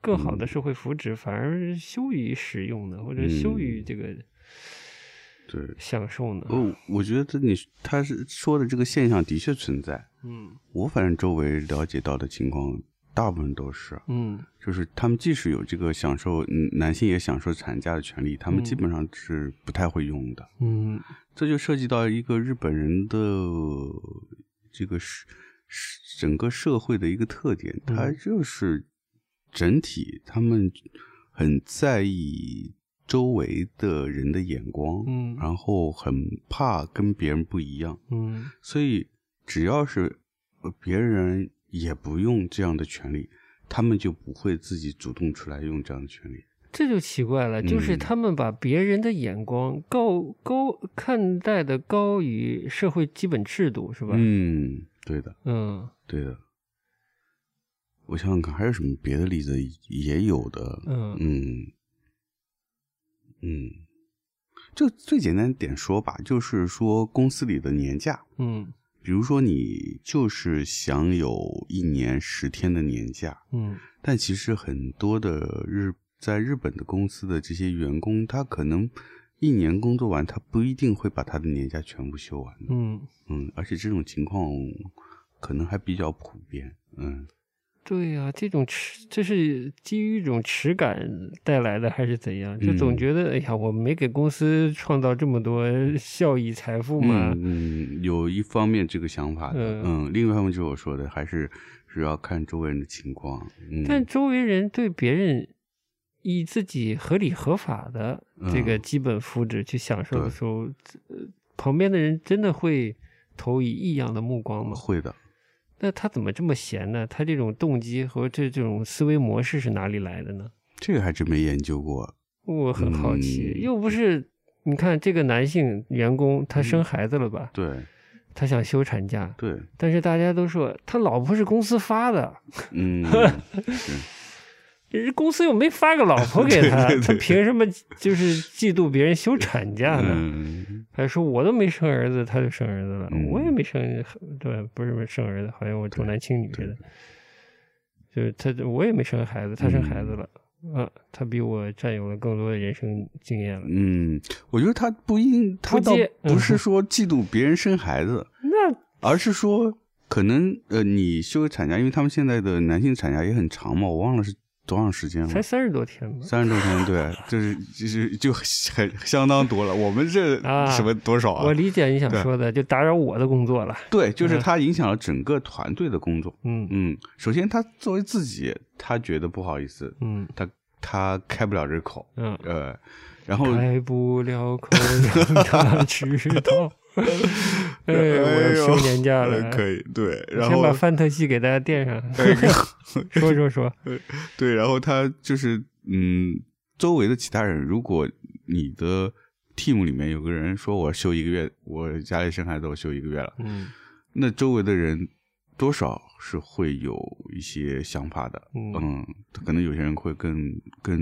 A: 更好
B: 嗯
A: 的社会福祉反而羞于使用呢，或者羞于这个
B: 对，
A: 享受呢？
B: 嗯哦，我觉得这你他是说的这个现象的确存在，
A: 嗯
B: 我反正周围了解到的情况，大部分都是，
A: 嗯
B: 就是他们即使有这个享受，嗯男性也享受产假的权利，他们基本上是不太会用的。
A: 嗯
B: 这就涉及到一个日本人的这个是是整个社会的一个特点，
A: 嗯
B: 他就是整体他们很在意周围的人的眼光，
A: 嗯
B: 然后很怕跟别人不一样。
A: 嗯
B: 所以只要是呃别人也不用这样的权利，他们就不会自己主动出来用这样的权利。
A: 这就奇怪了，就是
B: 嗯
A: 他们把别人的眼光高高看待的高于社会基本制度，是吧？
B: 嗯，对的，
A: 嗯
B: 对的。我想想看，还有什么别的例子也有的？
A: 嗯
B: 嗯嗯，就最简单点说吧，就是说公司里的年假，
A: 嗯
B: 比如说你就是享有一年十天的年假，
A: 嗯
B: 但其实很多的日在日本的公司的这些员工，他可能一年工作完，他不一定会把他的年假全部休完的。
A: 嗯，
B: 嗯，而且这种情况可能还比较普遍。嗯，
A: 对呀、这种耻，这是基于一种耻感带来的，还是怎样？就总
B: 嗯
A: 觉得，哎呀，我没给公司创造这么多效益、财富嘛。
B: 嗯，有一方面这个想法的，
A: 嗯
B: 嗯，另外一方面就是我说的，还是是要看周围人的情况。嗯，
A: 但周围人对别人以自己合理合法的这个
B: 嗯
A: 基本福祉去享受的
B: 对
A: 时候，呃旁边的人真的会投以异样的目光吗？
B: 会的，
A: 那他怎么这么闲呢？他这种动机和这这种思维模式是哪里来的呢？
B: 这个还真没研究过。
A: 我很好奇，
B: 嗯
A: 又不是你看这个男性员工他
B: 嗯
A: 生孩子了吧？
B: 对
A: 他想休产假，
B: 对，
A: 但是大家都说他老婆是公司发的，
B: 嗯，是
A: 人公司又没发个老婆给他，
B: 对对对
A: 他凭什么就是嫉妒别人休产假呢？
B: 嗯，
A: 还说我都没生儿子，他就生儿子了，
B: 嗯
A: 我也没生，对，不是生儿子，好像我重男轻女似的。就是他，我也没生孩子，他生孩
B: 嗯
A: 子了，啊，他比我占有了更多的人生经验了。
B: 嗯，我觉得他不应，他
A: 不
B: 倒
A: 接
B: 不是
A: 嗯
B: 说嫉妒别人生孩子，
A: 那
B: 而是说可能呃，你休个产假，因为他们现在的男性产假也很长嘛，我忘了是多长时间
A: 才
B: 了。
A: 三十多天嘛，
B: 三十多 天，对，就是就是就很相当多了。我们这
A: 啊
B: 什么多少啊？
A: 我理解你想
B: 对
A: 说的，就打扰我的工作了。
B: 对，就是
A: 嗯
B: 他影响了整个团队的工作。
A: 嗯
B: 嗯，首先他作为自己，他觉得不好意思，
A: 嗯
B: 他他开不了这口，
A: 嗯，
B: 呃，然后
A: 开不了口让他知道。哎，我要休年假
B: 哎
A: 了，
C: 呃可以对，
A: 你
C: 然
A: 先
C: 后
A: 把范特西给大家垫上， 说说说，
B: 对，然后他就是嗯，周围的其他人，如果你的 team 里面有个人说我休一个月，我家里生孩子我休一个月了，
A: 嗯
B: 那周围的人多少是会有一些想法的，
A: 嗯
B: 嗯，可能有些人会更更。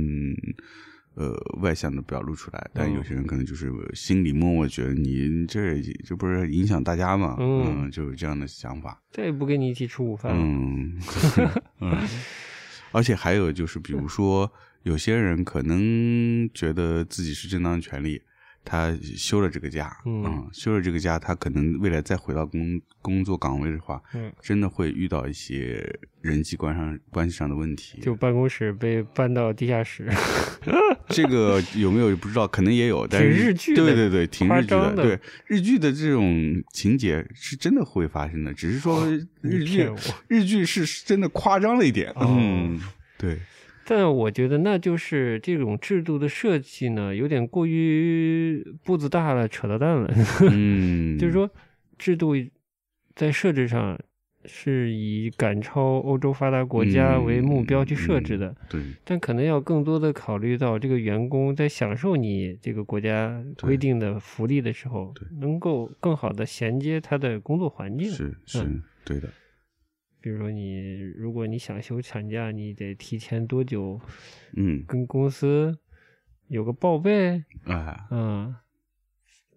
B: 呃，外向的表露出来，但
A: 嗯
B: 有些人可能就是心里默默觉得你这这不是影响大家嘛，
A: 嗯
B: 嗯，就有这样的想法。
A: 再也不跟你一起吃午饭了。
B: 嗯，嗯， 而且还有就是，比如说，有些人可能觉得自己是正当权利，他休了这个假，
A: 嗯
B: 休了这个假，他可能未来再回到工工作岗位的话，
A: 嗯，
B: 真的会遇到一些人际关上关系上的问题。
A: 就办公室被搬到地下室，
B: 这个有没有不知道，可能也有，但
A: 挺
B: 是
A: 日剧的
B: 对对对，挺日剧
A: 夸张的
B: 对日剧的这种情节是真的会发生的，只是说日
A: 你
B: 剧、
A: 哦骗我。
B: 日剧是真的夸张了一点。
A: 哦
B: 嗯，对，
A: 但我觉得那就是这种制度的设计呢，有点过于步子大了，扯到蛋了。
B: 嗯，
A: 就是说，制度在设置上是以赶超欧洲发达国家为目标去设置的，
B: 嗯对
A: 但可能要更多的考虑到这个员工在享受你这个国家规定的福利的时候
B: 对，
A: 能够更好的衔接他的工作环境。
B: 是是
A: 嗯
B: 对的，
A: 比如说你，如果你想休产假，你得提前多久
B: 嗯
A: 跟公司有个报备，
B: 啊，
A: 嗯，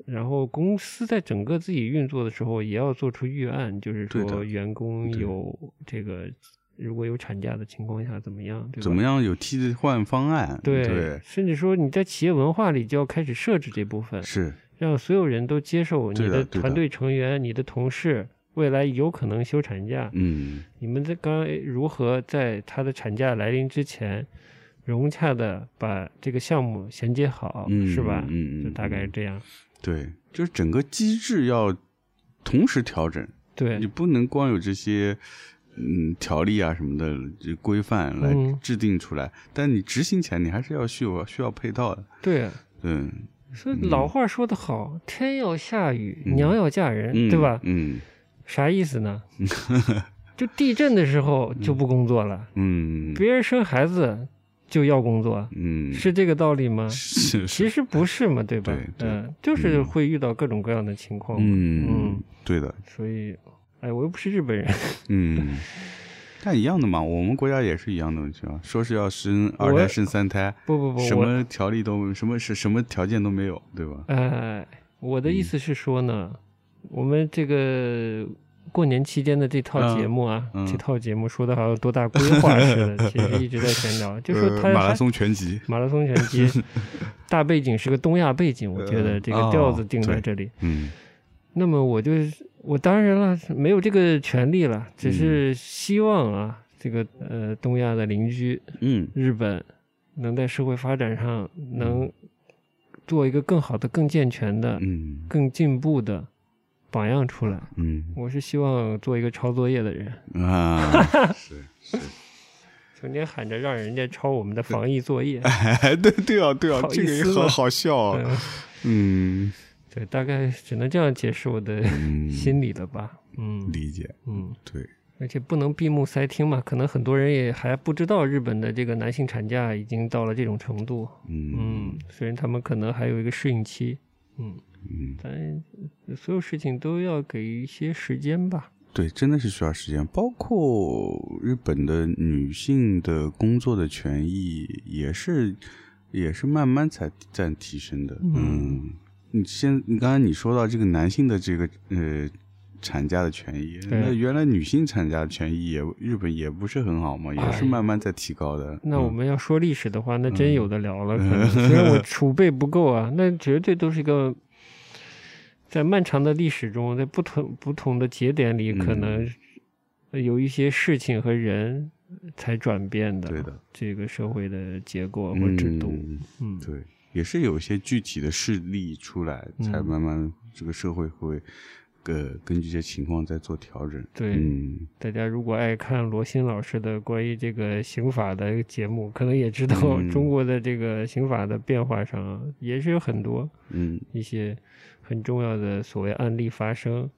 A: 然后公司在整个自己运作的时候，也要做出预案，就是
B: 对的
A: 说员工
B: 对
A: 有这个如果有产假的情况下怎么样，对吧？
B: 怎么？样有替换方案？
A: 对，
B: 对
A: 甚至说你在企业文化里就要开始设置这部分，
B: 是
A: 让所有人都接受你
B: 对的
A: 的
B: 对的
A: 团队成员、你的同事未来有可能休产假，
B: 嗯
A: 你们在刚如何在他的产假来临之前，融洽的把这个项目衔接好，
B: 嗯
A: 是吧？
B: 嗯嗯
A: 就大概是
B: 嗯
A: 这样。
B: 对，就是整个机制要同时调整，
A: 对
B: 你，不能光有这些嗯条例啊什么的这规范来
A: 嗯
B: 制定出来，但你执行前你还是要需要需要配套的，
A: 对啊，
B: 嗯
A: 所以老话说得好，天要下雨，
B: 嗯
A: 娘要嫁人，
B: 嗯
A: 对吧？
B: 嗯
A: 啥意思 呢？就地震的时候就不工作了，
B: 嗯
A: 别人生孩子就要工作，
B: 嗯
A: 是这个道理吗？
B: 是
A: 其实不是嘛，对吧
B: 对？对
A: 嗯、就是
B: 嗯
A: 会遇到各种各样的情况嘛。
B: 嗯
A: 嗯
B: 对的
A: 所以，哎，我又不是日本人，
B: 嗯。但一样的嘛，我们国家也是一样的问题啊。说是要生二
A: 我
B: 胎、生三胎，
A: 不不
B: 什
A: 不，我
B: 么条例都什么是什么条件都没有，对吧？
A: 哎，我的意思是说呢，我们这个过年期间的这套节目啊，
B: 嗯嗯
A: 这套节目说的好像有多大规划似的，其实一直在闲聊，就说
C: 呃
A: 它
C: 马拉松全集，
A: 马拉松拳击大背景是个东亚背景，我觉得
C: 呃
A: 这个调子
B: 哦
A: 定在
B: 对
A: 这里。
B: 嗯
A: 那么我就是我当然了，没有这个权利了，只是希望啊，这个呃东亚的邻居
B: 嗯
A: 日本能在社会发展上能做一个更好的、更健全的、
B: 嗯
A: 更进步的榜样出来。
B: 嗯
A: 我是希望做一个抄作业的人，
B: 啊，是是，
A: 成天喊着让人家抄我们的防疫作业。
C: 哎，对对啊，对啊
A: 好，
C: 这个
A: 意
C: 也
A: 思
C: 很
A: 吗
C: 好笑啊。
A: 嗯
C: 嗯，
A: 对，大概只能这样解释我的
B: 嗯
A: 心理了吧。嗯
C: 理解，
A: 嗯，
C: 对，
A: 而且不能闭目塞听嘛，可能很多人也还不知道日本的这个男性产假已经到了这种程度。
B: 嗯
A: 嗯，虽然他们可能还有一个适应期。嗯。
B: 嗯，
A: 但所有事情都要给一些时间吧。
B: 对，真的是需要时间。包括日本的女性的工作的权益，也是也是慢慢才在提升的。
A: 嗯
B: 嗯，你先，你刚才你说到这个男性的这个呃产假的权益，
A: 对
B: 那原来女性产假的权益也日本也不是很好嘛，也是
A: 哎
B: 慢慢在提高的。
A: 那
B: 嗯
A: 我们要说历史的话，那真有的聊了。
B: 嗯
A: 可能虽然我储备不够啊，那绝对都是一个在漫长的历史中，在不同不同的节点里，
B: 嗯
A: 可能有一些事情和人才转变的。
B: 对的，
A: 这个社会的结构或制度，
B: 嗯
A: 嗯，
B: 对，也是有一些具体的事例出来，才
A: 嗯
B: 慢慢这个社会会，呃，根据一些情况再做调整。
A: 对
B: 嗯，
A: 大家如果爱看罗新老师的关于这个刑法的节目，可能也知道
B: 嗯
A: 中国的这个刑法的变化上啊也是有很多
B: 嗯，
A: 一些很重要的所谓案例发生，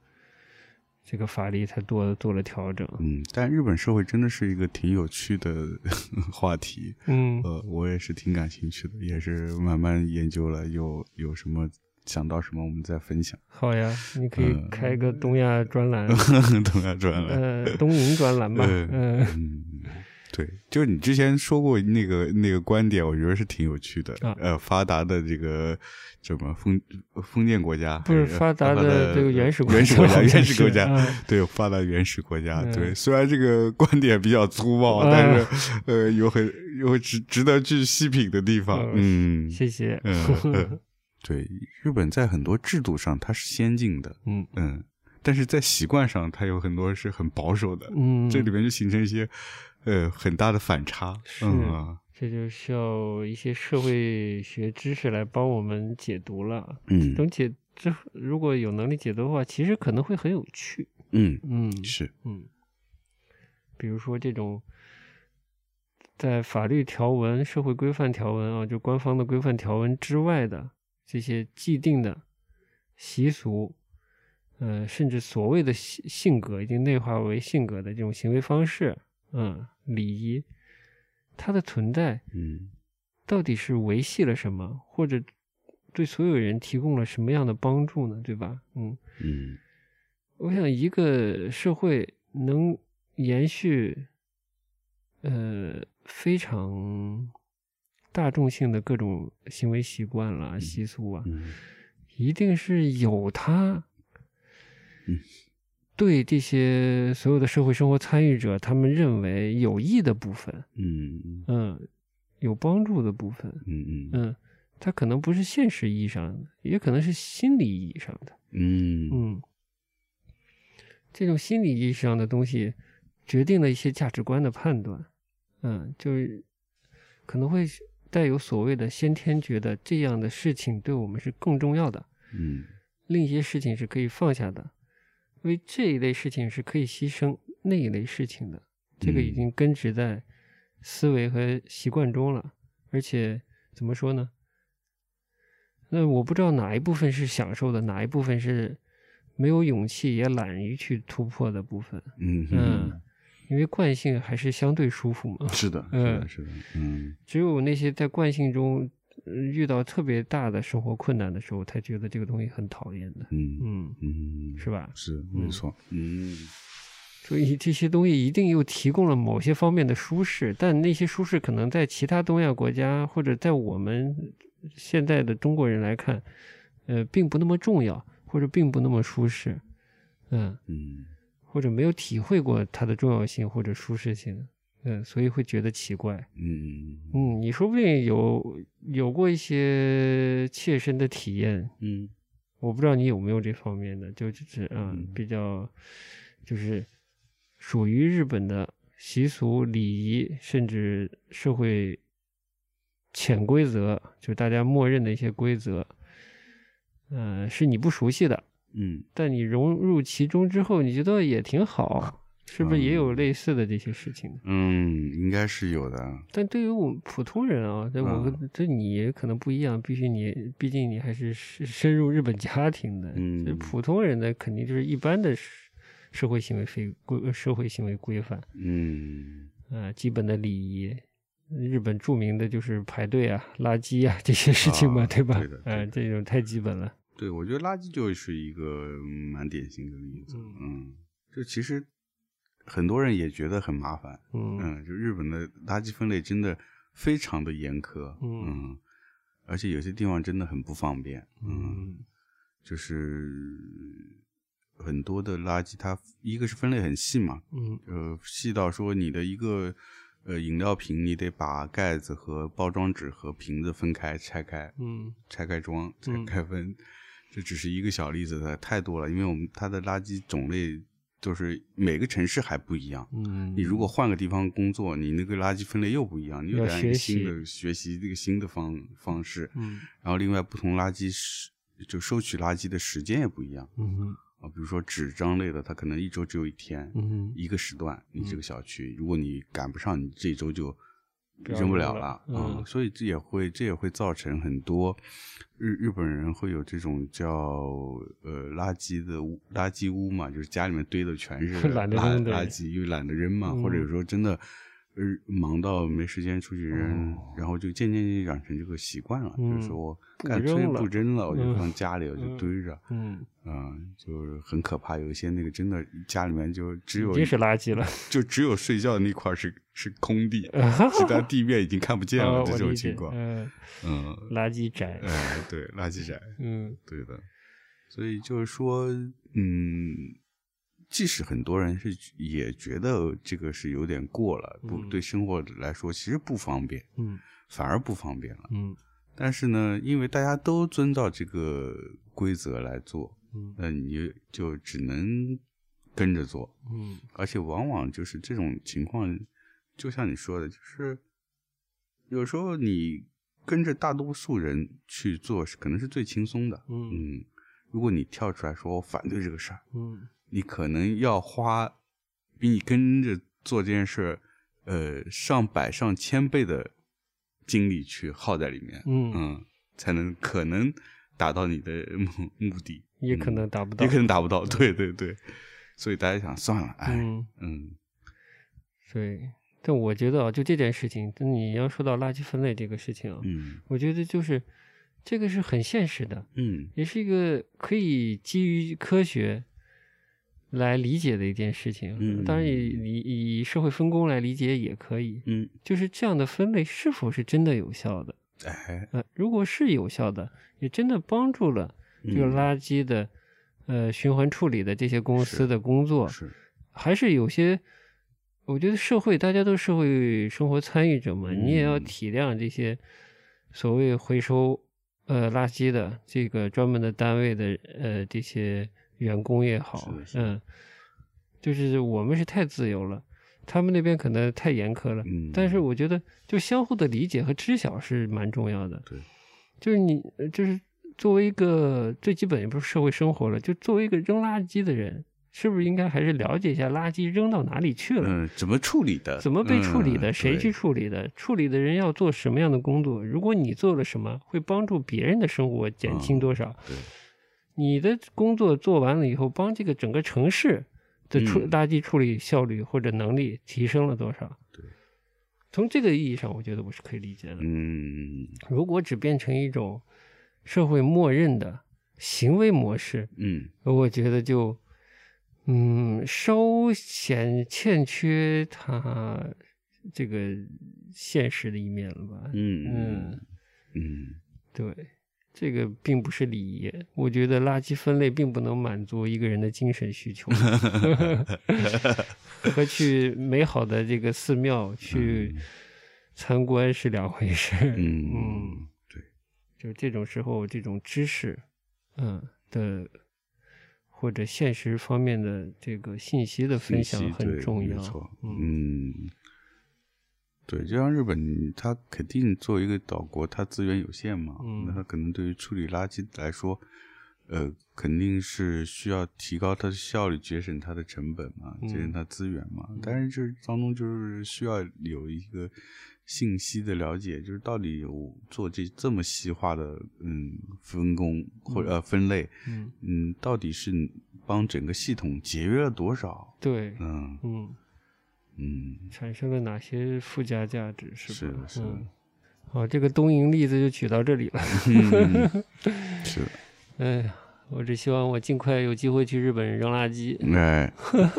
A: 这个法律才做做了调整。
B: 嗯，但日本社会真的是一个挺有趣的 话题，
A: 嗯，
B: 呃，我也是挺感兴趣的，也是慢慢研究了，有有什么想到什么我们再分享。
A: 好呀，你可以
B: 嗯
A: 开个东亚专栏，
B: 东亚专栏，
A: 呃，东瀛专栏 吧，
B: 嗯
A: 嗯。
B: 嗯，对，就是你之前说过那个那个观点，我觉得是挺有趣的。
A: 啊
B: 呃，发达的这个什么封封建国家，
A: 不是
B: 还是
A: 发达的这个原
B: 原
A: 始
B: 始
A: 国家
B: 国家，
A: 好像
B: 原始国
A: 是
B: 家，
A: 啊
B: 对，发达原始国家。
A: 嗯
B: 对，虽然这个观点比较粗暴，
A: 啊
B: 但是呃，有很有值值得去细品的地方。嗯
A: 谢谢，
B: 嗯嗯，对，日本在很多制度上它是先进的，
A: 嗯
B: 嗯，但是在习惯上它有很多是很保守的。
A: 嗯，
B: 这里面就形成一些呃很大的反差。
A: 是
B: 嗯啊，
A: 这就需要一些社会学知识来帮我们解读了。
B: 嗯
A: 等解之后，如果有能力解读的话，其实可能会很有趣。
B: 嗯，
A: 嗯
B: 是
A: 嗯，比如说这种在法律条文、社会规范条文啊，就官方的规范条文之外的这些既定的习俗，呃，甚至所谓的性性格已经内化为性格的这种行为方式，嗯，礼仪，它的存在
B: 嗯
A: 到底是维系了什么，或者对所有人提供了什么样的帮助呢？对吧？嗯，
B: 嗯
A: 我想一个社会能延续，呃，非常大众性的各种行为习惯啦、习俗啊，
B: 嗯
A: 一定是有他
B: 嗯，
A: 对这些所有的社会生活参与者，他们认为有益的部分，
B: 嗯
A: 嗯，有帮助的部分，
B: 嗯嗯
A: 嗯，它可能不是现实意义上的，也可能是心理意义上的，
B: 嗯
A: 嗯，这种心理意义上的东西决定了一些价值观的判断，嗯，就是可能会带有所谓的先天觉得这样的事情对我们是更重要的，
B: 嗯
A: 另一些事情是可以放下的，因为这一类事情是可以牺牲那一类事情的。这个已
B: 嗯
A: 经根植在思维和习惯中了，而且怎么说呢？那我不知道哪一部分是享受的，哪一部分是没有勇气也懒于去突破的部分。
B: 嗯
A: 嗯
B: 嗯，，
A: 因为惯性还是相对舒服嘛。
B: 是的，是的，是的，嗯
A: 只有那些在惯性中呃遇到特别大的生活困难的时候，才觉得这个东西很讨厌的。
B: 嗯
A: 嗯，
B: 嗯，
A: 是吧？
B: 是没错，嗯
A: 所以这些东西一定又提供了某些方面的舒适，但那些舒适可能在其他东亚国家或者在我们现在的中国人来看，呃，并不那么重要，或者并不那么舒适，嗯，
B: 嗯
A: 或者没有体会过它的重要性或者舒适性，嗯，所以会觉得奇怪。
B: 嗯嗯
A: 嗯，你说不定有有过一些切身的体验，
B: 嗯
A: 我不知道你有没有这方面的，就就是嗯
B: 嗯，
A: 比较就是属于日本的习俗、礼仪，甚至社会潜规则，就大家默认的一些规则，嗯、是你不熟悉的，
B: 嗯
A: 但你融入其中之后，你觉得也挺好，是不是也有
B: 嗯
A: 类似的这些事情呢？
B: 嗯，应该是有的，
A: 但对于我们普通人啊，这我
B: 嗯
A: 跟这你可能不一样，必须你，毕竟你还是深深入日本家庭的。
B: 嗯
A: 这普通人呢，肯定就是一般的社社会行为非规，社会行为规范，
B: 嗯
A: 啊，基本的礼仪。日本著名的就是排队啊、垃圾啊这些事情嘛，
B: 啊
A: 对吧
B: 对的？
A: 嗯、
B: 对的
A: 这种太基本了。
B: 对，我觉得垃圾就是一个嗯蛮典型的例子。
A: 嗯
B: 嗯，就其实很多人也觉得很麻烦。
A: 嗯
B: 嗯，就日本的垃圾分类真的非常的严苛。
A: 嗯
B: 嗯，而且有些地方真的很不方便。嗯，
A: 嗯
B: 就是很多的垃圾它一个是分类很细嘛，
A: 嗯
B: 呃，细到说你的一个呃饮料瓶，你得把盖子和包装纸和瓶子分开拆开。
A: 嗯
B: 拆开装、拆
A: 嗯
B: 开分，这只是一个小例子的，太多了。因为我们它的垃圾种类就是每个城市还不一样。
A: 嗯，
B: 你如果换个地方工作，你那个垃圾分类又不一样，你又
A: 要
B: 得按一个
A: 学
B: 新
A: 习
B: 的学习这个新的方方式。
A: 嗯
B: 然后另外不同垃圾是就收取垃圾的时间也不一样
A: 嗯哼
B: 啊，比如说纸张类的，它可能一周只有一天，
A: 嗯哼
B: 一个时段，你
A: 嗯
B: 这个小区，如果你赶不上，你这一周就
A: 不要
B: 扔不
A: 扔
B: 了
A: 了
B: 了啊、
A: 嗯
B: 所以这也会这也会造成很多日日本人会有这种叫呃垃圾的屋垃圾屋嘛，就是家里面堆的全是
A: 懒得
B: 垃
A: 扔的
B: 垃圾，因为懒得扔嘛，或者
A: 嗯
B: 有时候真的。呃，忙到没时间出去扔，
A: 哦
B: 然后就渐渐就养成这个习惯了，
A: 嗯
B: 就是我
A: 不
B: 干
A: 扔
B: 脆
A: 了
B: 不扔了，我就
A: 嗯
B: 放家里，我就
A: 嗯
B: 堆着。
A: 嗯，
B: 嗯，就是很可怕。有一些那个真的家里面就只有
A: 已经是垃圾了，
B: 就只有睡觉那块儿是是 空地，其他地面已经看不见
A: 啊
B: 了。
A: 我
B: 这种
A: 理解
B: 情况，
A: 嗯，
B: 嗯，
A: 垃圾宅，
B: 呃，对，垃圾宅，
A: 嗯
B: 对的。所以就是说，嗯，即使很多人是也觉得这个是有点过了，不
A: 嗯
B: 对生活来说其实不方便，
A: 嗯
B: 反而不方便了。
A: 嗯
B: 但是呢，因为大家都遵照这个规则来做，
A: 嗯
B: 那你就只能跟着做。
A: 嗯
B: 而且往往就是这种情况，就像你说的，就是有时候你跟着大多数人去做，是可能是最轻松的。
A: 嗯
B: 嗯，如果你跳出来说我反对这个事儿，
A: 嗯
B: 你可能要花比你跟着做这件事儿，呃，上百上千倍的精力去耗在里面。
A: 嗯
B: 嗯，才能可能达到你的目目的，
A: 也可能达不到
B: 嗯也可能达不到。对对对，所以大家想算了，哎，
A: 嗯，
B: 嗯，
A: 对。但我觉得啊，就这件事情，你要说到垃圾分类这个事情啊，
B: 嗯
A: 我觉得就是这个是很现实的，
B: 嗯
A: 也是一个可以基于科学来理解的一件事情。
B: 嗯
A: 当然以以以社会分工来理解也可以。
B: 嗯，
A: 就是这样的分类是否是真的有效的？
B: 哎，
A: 呃，如果是有效的，也真的帮助了这个
B: 嗯
A: 垃圾的、呃循环处理的这些公司
B: 是
A: 的工作，
B: 是，
A: 还是有些，我觉得社会大家都是社会生活参与者嘛，你也要
B: 嗯
A: 体谅这些所谓回收呃垃圾的这个专门的单位的呃这些员工也好
B: 是的，是的
A: 嗯，就是我们是太自由了，他们那边可能太严苛了，
B: 嗯，
A: 但是我觉得就相互的理解和知晓是蛮重要的。
B: 对，
A: 就是你呃就是作为一个最基本也不是社会生活了，就作为一个扔垃圾的人，是不是应该还是了解一下垃圾扔到哪里去了？
B: 嗯，怎么处理的？
A: 怎么被处理的？
B: 嗯
A: 谁去？处理的？处理的人要做什么样的工作？如果你做了什么，会帮助别人的生活减轻多少？
B: 嗯对
A: 你的工作做完了以后，帮这个整个城市的处
B: 嗯
A: 垃圾处理效率或者能力提升了多少？
B: 对，
A: 从这个意义上，我觉得我是可以理解的
B: 对。嗯
A: 如果只变成一种社会默认的行为模式，
B: 嗯
A: 我觉得就嗯稍显欠缺它这个现实的一面了吧。
B: 嗯嗯
A: 对，这个并不是礼仪。我觉得垃圾分类并不能满足一个人的精神需求，和去美好的这个寺庙去参观是两回事。嗯
B: 嗯，
A: 就是这种时候，这种知识，嗯的，或者现实方面的这个信息的分享
B: 信息
A: 很
B: 对
A: 重
B: 没
A: 要
B: 错。
A: 嗯
B: 嗯，对，就像日本，它肯定作为一个岛国，它资源有限嘛，
A: 嗯
B: 那它可能对于处理垃圾来说，呃，肯定是需要提高它的效率，节省它的成本嘛，节省
A: 嗯
B: 它资源嘛。但是这当中就是需要有一个信息的了解，就是到底有做这这么细化的嗯分工或者、呃分类，
A: 嗯，
B: 嗯，到底是帮整个系统节约了多少？
A: 对，
B: 嗯
A: 嗯，
B: 嗯。
A: 产生了哪些附加价值是
B: 是
A: 吧？
B: 的是的
A: 嗯，好，这个东瀛例子就举到这里了。
B: 嗯，是，
A: 哎呀，我只希望我尽快有机会去日本扔垃圾。
B: 哎，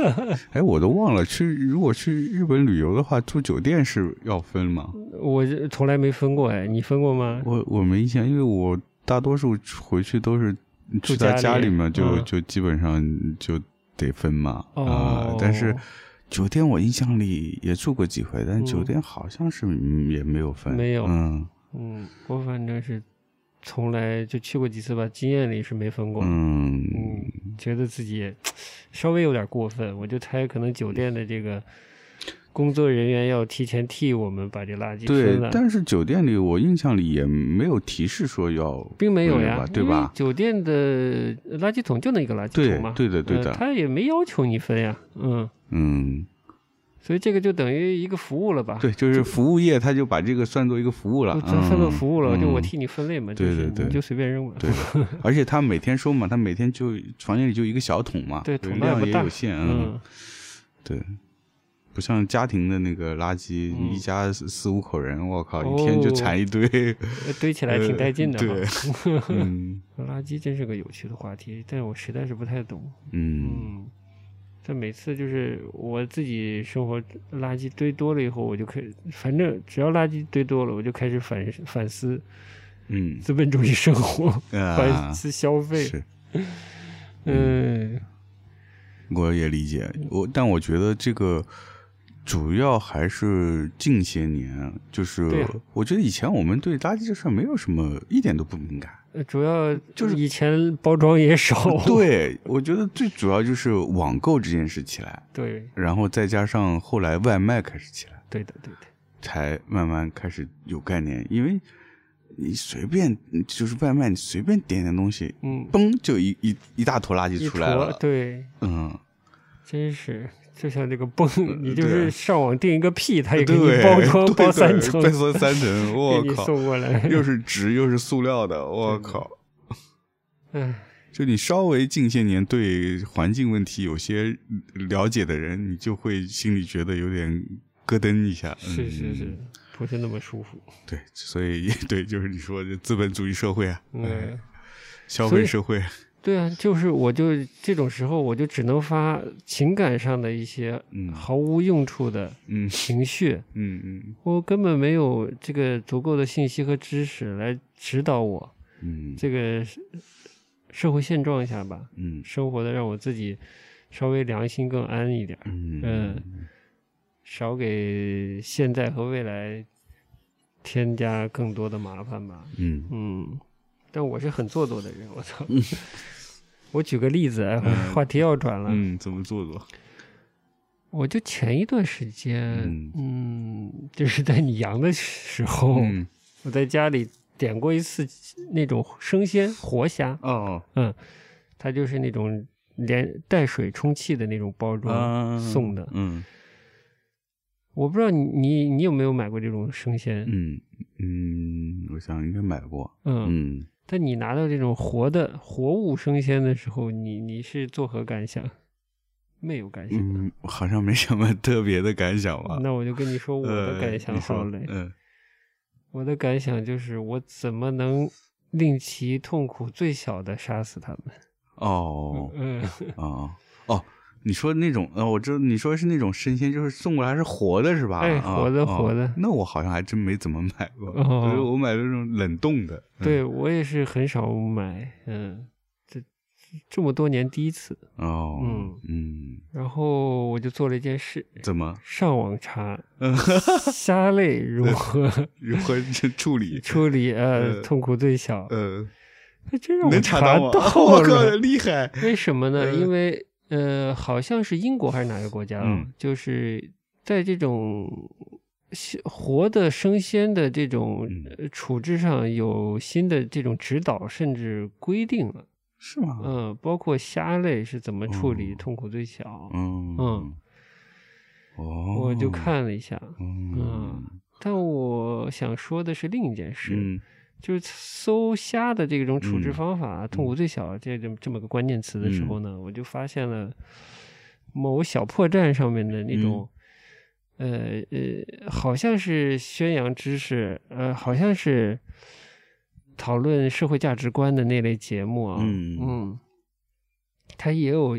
B: 哎，我都忘了去，如果去日本旅游的话，住酒店是要分吗？
A: 我这从来没分过哎，你分过吗？
B: 我我没印象，因为我大多数回去都是
A: 住
B: 去在
A: 家
B: 家
A: 里
B: 里嘛，就
A: 嗯
B: 就基本上就得分嘛啊、
A: 哦
B: 但是酒店我印象里也住过几回，但
A: 嗯
B: 酒店好像是嗯也没有分，
A: 没有
B: 嗯
A: 嗯，我反正是从来就去过几次吧，经验里是没分过。
B: 嗯
A: 嗯，觉得自己也稍微有点过分，我就猜可能酒店的这个工作人员要提前替我们把这垃圾
B: 对
A: 分，了，
B: 但是酒店里我印象里也没有提示说要
A: 并没有
B: 分
A: 呀
B: 吧，对
A: 因为
B: 吧？
A: 酒店的垃圾桶就那一个垃圾
B: 对
A: 桶嘛，
B: 对的对
A: 呃
B: 的
A: 他也没要求你分呀，嗯，
B: 嗯，
A: 所以这个就等于一个服务了吧？
B: 对，就是服务业，他就把这个算作一个服务了
A: 就，咱分了
B: 嗯
A: 服务了，就我
B: 嗯
A: 替你分类嘛，
B: 对
A: 就是
B: 对对
A: 你就随便扔吧。
B: 对而且他每天收嘛，他每天就房间里就一个小桶嘛，
A: 对桶量
B: 量
A: 不
B: 也
A: 大
B: 有限，
A: 嗯，
B: 对，不像家庭的那个垃圾，
A: 嗯
B: 一家四四五口人，我靠，一天就
A: 哦
B: 铲一堆，
A: 呃堆起来挺带劲的
B: 对
A: 哈。
B: 嗯
A: 垃圾真是个有趣的话题，但是我实在是不太懂。
B: 嗯
A: 嗯，但每次就是我自己生活垃圾堆多了以后，我就开，反正只要垃圾堆多了，我就开始反反思
B: 嗯
A: 资本主义生活，
B: 啊
A: 反，思消费。
B: 是，
A: 嗯
B: 我也理解，我但我觉得这个。主要还是近些年，就是
A: 对啊
B: 我觉得以前我们对垃圾这事儿没有什么，一点都不敏感。
A: 呃主要
B: 嗯就是
A: 以前包装也少。
B: 对，我觉得最主要就是网购这件事起来，
A: 对
B: 然后再加上后来外卖开始起来，
A: 对的对的，
B: 才慢慢开始有概念。因为你随便就是外卖，你随便点点东西，
A: 嗯，
B: 嘣就一一一大坨垃圾
A: 一
B: 出来
A: 坨
B: 了。
A: 对，
B: 嗯，
A: 真是。就像那个泵，你就
B: 对
A: 是
B: 啊
A: 上网订一个屁，它也给你
B: 对，
A: 包装
B: 对
A: 包
B: 的
A: 三层，
B: 包三层，
A: 给
B: 我
A: 你
B: 靠，
A: 送过来。
B: 又是纸又是塑料的，我
A: 对的
B: 靠，
A: 哎，
C: 就你稍微近些年对环境问题有些了解的人，你就会心里觉得有点咯噔一下。嗯、
A: 是是是，不是那么舒服。
C: 对，所以 对，就是你说的资本主义社会啊，哎
A: 嗯，
C: 消
A: 所
C: 费
A: 以
C: 社会，
A: 对啊，就是我就这种时候，我就只能发情感上的一些
C: 嗯
A: 毫无用处的
C: 嗯
A: 情绪，
C: 嗯嗯
A: 我根本没有这个足够的信息和知识来指导我
B: 嗯
A: 这个社社会现状下吧，
B: 嗯
A: 生活的让我自己稍微良心更安一点儿，
B: 嗯
A: 嗯少给现在和未来添加更多的麻烦吧。
B: 嗯
A: 嗯，但我是很做作的人，我操！我举个例子，哎话题要转了。
C: 嗯，怎么做
A: 哦
C: 做？
A: 我就前一段时间，
B: 嗯
A: 嗯就是在你阳的时候，
C: 嗯
A: 我在家里点过一次那种生鲜活虾，
C: 哦，
A: 嗯，它就是那种连带水充气的那种包装
C: 啊
A: 送的。
C: 嗯
A: 我不知道你你你有没有买过这种生鲜？
B: 嗯嗯，我想应该买过。
A: 嗯，
B: 嗯，
A: 但你拿到这种活的活物生鲜的时候，你你是作何感想？没有感想。
B: 嗯
C: 好像没什么特别的感想吧？
A: 那我就跟你说我的
C: 呃
A: 感想
C: 你说
A: 好嘞。
C: 嗯
A: 我的感想就是，我怎么能令其痛苦最小的杀死他们？
B: 哦
A: 嗯，
B: 啊，
C: 哦，你说那种呃，我知道你说是那种生鲜，就是送过来是活的，是吧？
A: 哎
C: 啊
A: 活的
C: 哦
A: 活的
C: 那我好像还真没怎么买过，
A: 哦
C: 就是我买的那种冷冻的。嗯
A: 对我也是很少买，嗯，这这么多年第一次。
B: 哦，
A: 嗯
B: 嗯，
A: 然后我就做了一件事，
C: 怎么
A: 上网查
C: 嗯
A: 虾类如何
C: 如何去处理？
A: 处理，呃，
C: 呃
A: 痛苦最小，
C: 呃，
A: 还真让我
C: 能查到吗？
A: 到
C: 我靠，
A: 了。
C: 厉害！
A: 为什么呢？
C: 呃
A: 因为呃，好像是英国还是哪个国家啊，
C: 嗯
A: 就是在这种鲜活的生鲜的这种
B: 嗯
A: 呃处置上有新的这种指导甚至规定了。
B: 是吗？
A: 嗯、包括虾类是怎么处理
B: 哦
A: 痛苦最小，
B: 嗯
A: 嗯
B: 哦，
A: 我就，看了一下。
B: 嗯
A: 嗯但我想说的是另一件事，
B: 嗯
A: 就是搜虾的这种处置
B: 嗯
A: 方法，啊痛苦最小这这这么个关键词的时候呢，我就发现了某小破站上面的那种，呃呃，好像是宣扬知识，呃，好像是讨论社会价值观的那类节目啊，
B: 嗯
A: 嗯，它也有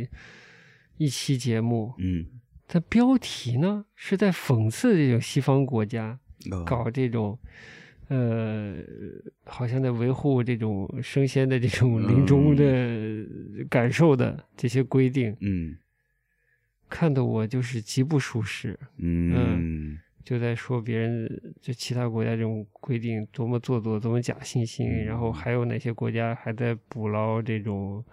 A: 一期节目，
B: 嗯，
A: 它标题呢是在讽刺这种西方国家，
B: 哦
C: 嗯
A: 搞这种，呃，好像在维护这种生鲜的这
B: 嗯
A: 种临终的感受的这些规定，
B: 嗯
A: 看得我就是极不舒适，
B: 嗯
A: 就在说别人就其他国家这种规定多么做作，多么假惺惺，
B: 嗯
A: 然后还有哪些国家还在捕捞这种，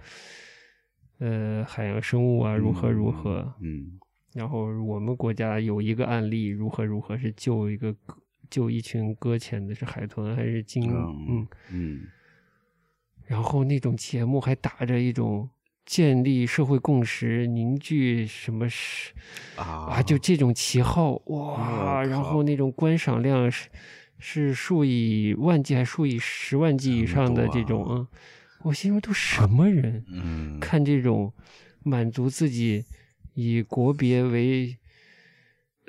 A: 呃，海洋生物啊，如何如何，
B: 嗯
A: 然后我们国家有一个案例，如何如何是救一个救一群搁浅的是海豚还是鲸，
B: 嗯
A: 嗯，
B: 嗯
A: 然后那种节目还打着一种建立社会共识、凝聚什么是
C: 啊
B: 嗯
A: 啊，就这种旗号哇，
C: 我
A: 然
C: 靠
A: 后那种观赏量是是数以万计还数以十万计以上的
B: 这
A: 这
B: 么多
A: 种啊，
B: 啊
A: 我心说都什么人？
B: 嗯，
A: 看这种满足自己以国别为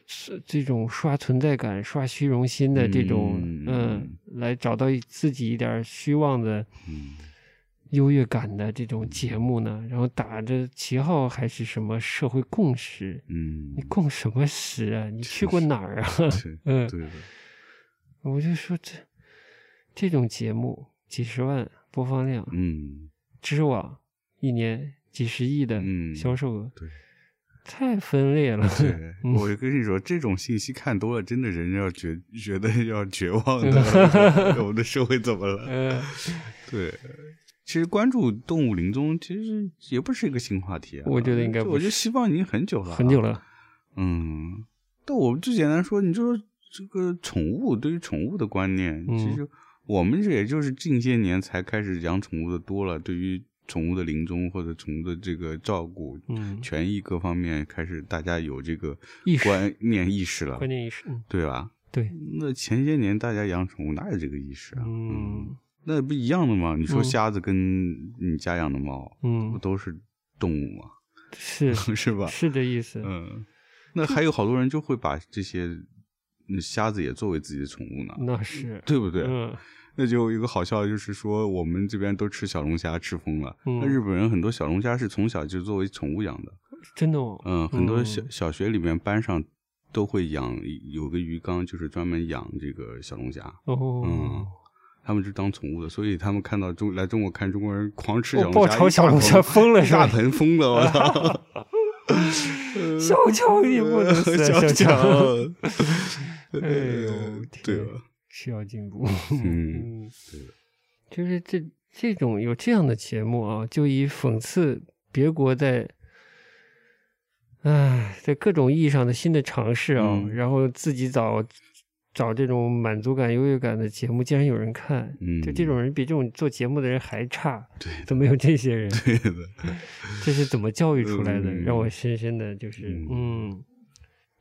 A: 是这种刷存在感、刷虚荣心的这种，嗯
B: 嗯，
A: 来找到自己一点虚妄的
B: 嗯
A: 优越感的这种节目呢，然后打着旗号还是什么社会共识，
B: 嗯
A: 你，共什么识啊？你去过哪儿啊？
B: 是
A: 嗯，
B: 对的，
A: 我就说这这种节目几十万播放量，
B: 嗯
A: 知网一年几十亿的
B: 嗯
A: 销售额，
B: 对
A: 太分裂了。
B: 对，
A: 嗯
B: 我就跟你说，这种信息看多了，真的人要觉觉得要绝望
A: 嗯
C: 的，我们的社会怎么了？
A: 呃，
C: 对，
B: 其实关注动物临终，其实也不是一个新话题啊。
A: 我觉得应该
B: 就
A: 不
B: 我觉得
A: 是
B: 西方已经很久了，
A: 很久。了，
B: 嗯，但我们最简单说，你就说这个宠物对于宠物的观念，
A: 嗯
B: 其实我们这也就是近些年才开始养宠物的多了，对于宠物的临终或者宠物的这个照顾、
A: 嗯，
B: 权益各方面，开始大家有这个
A: 意识
B: 观念意识了，
A: 关键意识，嗯，
B: 对吧？
A: 对，
B: 那前些年大家养宠物哪有这个意识啊？
A: 嗯，
B: 那不一样的吗？你说
A: 嗯
B: 瞎子跟你家养的猫，不
A: 嗯，
B: 都是动物吗？
A: 是
B: 是吧？
A: 是这意思，
B: 嗯，那还有好多人就会把这些嗯瞎子也作为自己的宠物呢，
A: 那是，
B: 对不对？
A: 嗯
B: 那就有一个好笑，就是说我们这边都吃小龙虾吃疯了，
A: 嗯
B: 那日本人很多小龙虾是从小就作为宠物养的，
A: 真的哦，
B: 嗯，很多
A: 嗯
B: 小小学里面班上都会养有个鱼缸，就是专门养这个小龙虾，嗯
A: 哦，。
B: 他们是当宠物的，所以他们看到中来中国看中国人狂吃 小
A: 我
B: 龙虾，
A: 哦爆炒小龙虾疯了
B: 一
A: 是
B: 大
A: 吧？
B: 盆疯了，我操！
A: 小乔你不能死，
B: 小
A: 小乔，
B: 强，
A: 哎呦，
B: 对啊
A: 天
B: 吧？
A: 是要进步。
B: 嗯，
A: 嗯
B: 对的，
A: 就是这这种有这样的节目啊，就以讽刺别国在，唉，在各种意义上的新的尝试啊，
B: 嗯
A: 然后自己找找这种满足感、优越感的节目，竟然有人看，
B: 嗯
A: 就这种人比这种做节目的人还差，
B: 对的
A: 怎么有这些人？
B: 对的，
A: 这是怎么教育出来的？
B: 嗯
A: 让我深深的就是，
B: 嗯
A: 嗯，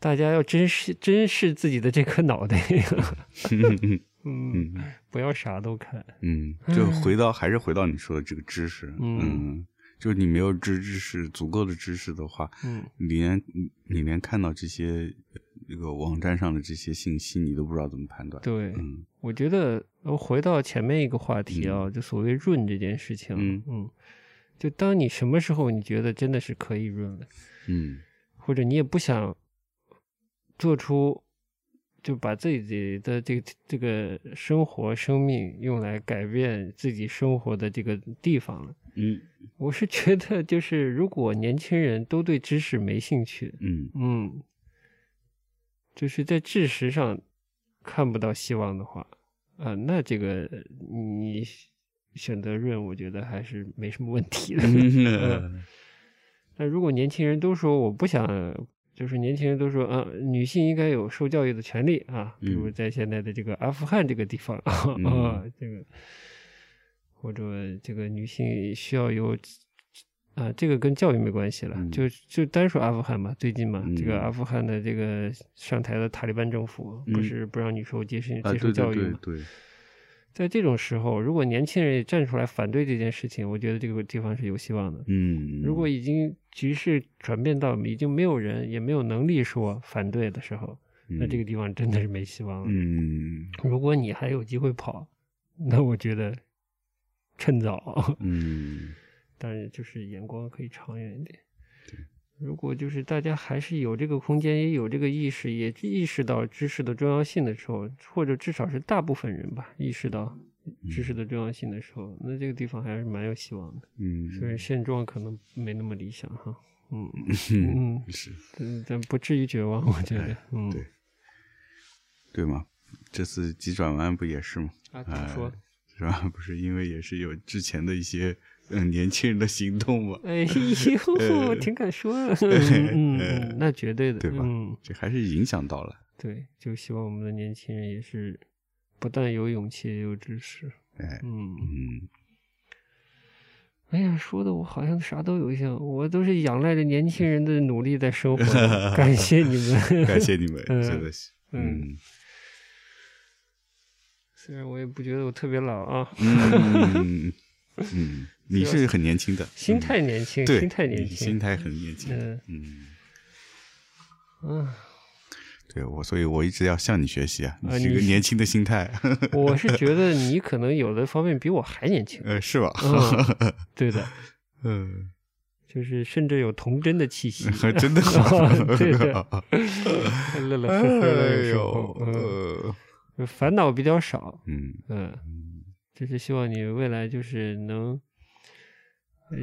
A: 大家要珍视珍视自己的这颗 脑袋，嗯，
B: 嗯
A: 不要啥都看，
B: 嗯，就回到还是回到你说的这个知识，
A: 哎嗯
B: 嗯，就是你没有知知识足够的知识的话，
A: 嗯，
B: 你连你连看到这些这个网站上的这些信息，你都不知道怎么判断。
A: 对，
B: 嗯
A: 我觉得我回到前面一个话题啊，就所谓润这件事情，
B: 嗯
A: 就当你什么时候你觉得真的是可以润了，
B: 嗯
A: 或者你也不想做出就把自己的这个这个生活生命用来改变自己生活的这个地方了。
B: 嗯
A: 我是觉得，就是如果年轻人都对知识没兴趣，
B: 嗯
A: 嗯，就是在知识上看不到希望的话，啊，那这个你选择润，我觉得还是没什么问题的。
B: 嗯
A: 那如果年轻人都说我不想，就是年轻人都说啊，女性应该有受教育的权利啊，比如
B: 嗯
A: 在现在的这个阿富汗这个地方 啊，
B: 嗯
A: 啊这个或者这个女性需要有啊，这个跟教育没关系了，
B: 嗯
A: 就就单说阿富汗嘛，最近嘛，这个
B: 嗯
A: 阿富汗的这个上台的塔利班政府不
B: 嗯
A: 是不让女受接受、
B: 啊，
A: 接
B: 对
A: 受教
B: 对
A: 育嘛，
B: 对对，
A: 在这种时候，如果年轻人也站出来反对这件事情，我觉得这个地方是有希望的。
B: 嗯，
A: 如果已经局势转变到已经没有人也没有能力说反对的时候，那这个地方真的是没希望了。
B: 嗯
A: 如果你还有机会跑，那我觉得趁早，
B: 嗯
A: 当然就是眼光可以长远一点。如果就是大家还是有这个空间，也有这个意识，也意识到知识的重要性的时候，或者至少是大部分人吧意识到知识的重要性的时候，那这个地方还是蛮有希望的。
B: 嗯，
A: 虽然现状可能没那么理想哈，嗯
B: 嗯
A: 嗯，
B: 是。
A: 但但不至于绝望，我觉得，嗯，
B: 对对吗？这次急转弯不也是吗？
A: 啊，怎么说？
B: 是吧？不是因为也是有之前的一些嗯年轻人的行动嘛，
A: 哎 呦，挺敢说的，嗯嗯嗯，那绝对的，
B: 呃对吧
A: 嗯，
B: 这还是影响到了。
A: 对，就希望我们的年轻人也是不但有勇气，也有知识，
B: 哎，
A: 嗯，
B: 嗯，
A: 哎呀，说的我好像啥都有一项，我都是仰赖着年轻人的努力在生活的， 感谢你们，
B: 感谢你们，
A: 嗯
B: 真的是，
A: 嗯
B: 嗯
A: 虽然我也不觉得我特别老啊，
B: 嗯嗯，你是很年轻的，
A: 心态年轻，
B: 嗯对，
A: 心态
B: 你
A: 年
B: 心
A: 轻，
B: 态很年轻，
A: 嗯
B: 嗯，
A: 嗯。
B: 对我，所以我一直要向你学习啊，你
A: 啊
B: 是一个
A: 你
B: 年轻的心态，
A: 我是觉得你可能有的方面比我还年轻。
B: 呃，是吧？
A: 嗯，对的，
B: 嗯，。
A: 就是甚至有童真的气息
B: 真的吗
A: 对 的，乐乐呵呵的
B: 哎
A: 时候
B: 呦，，
A: 嗯，
B: 呃
A: 就烦恼比较少，
B: 嗯
A: 嗯，就是希望你未来就是能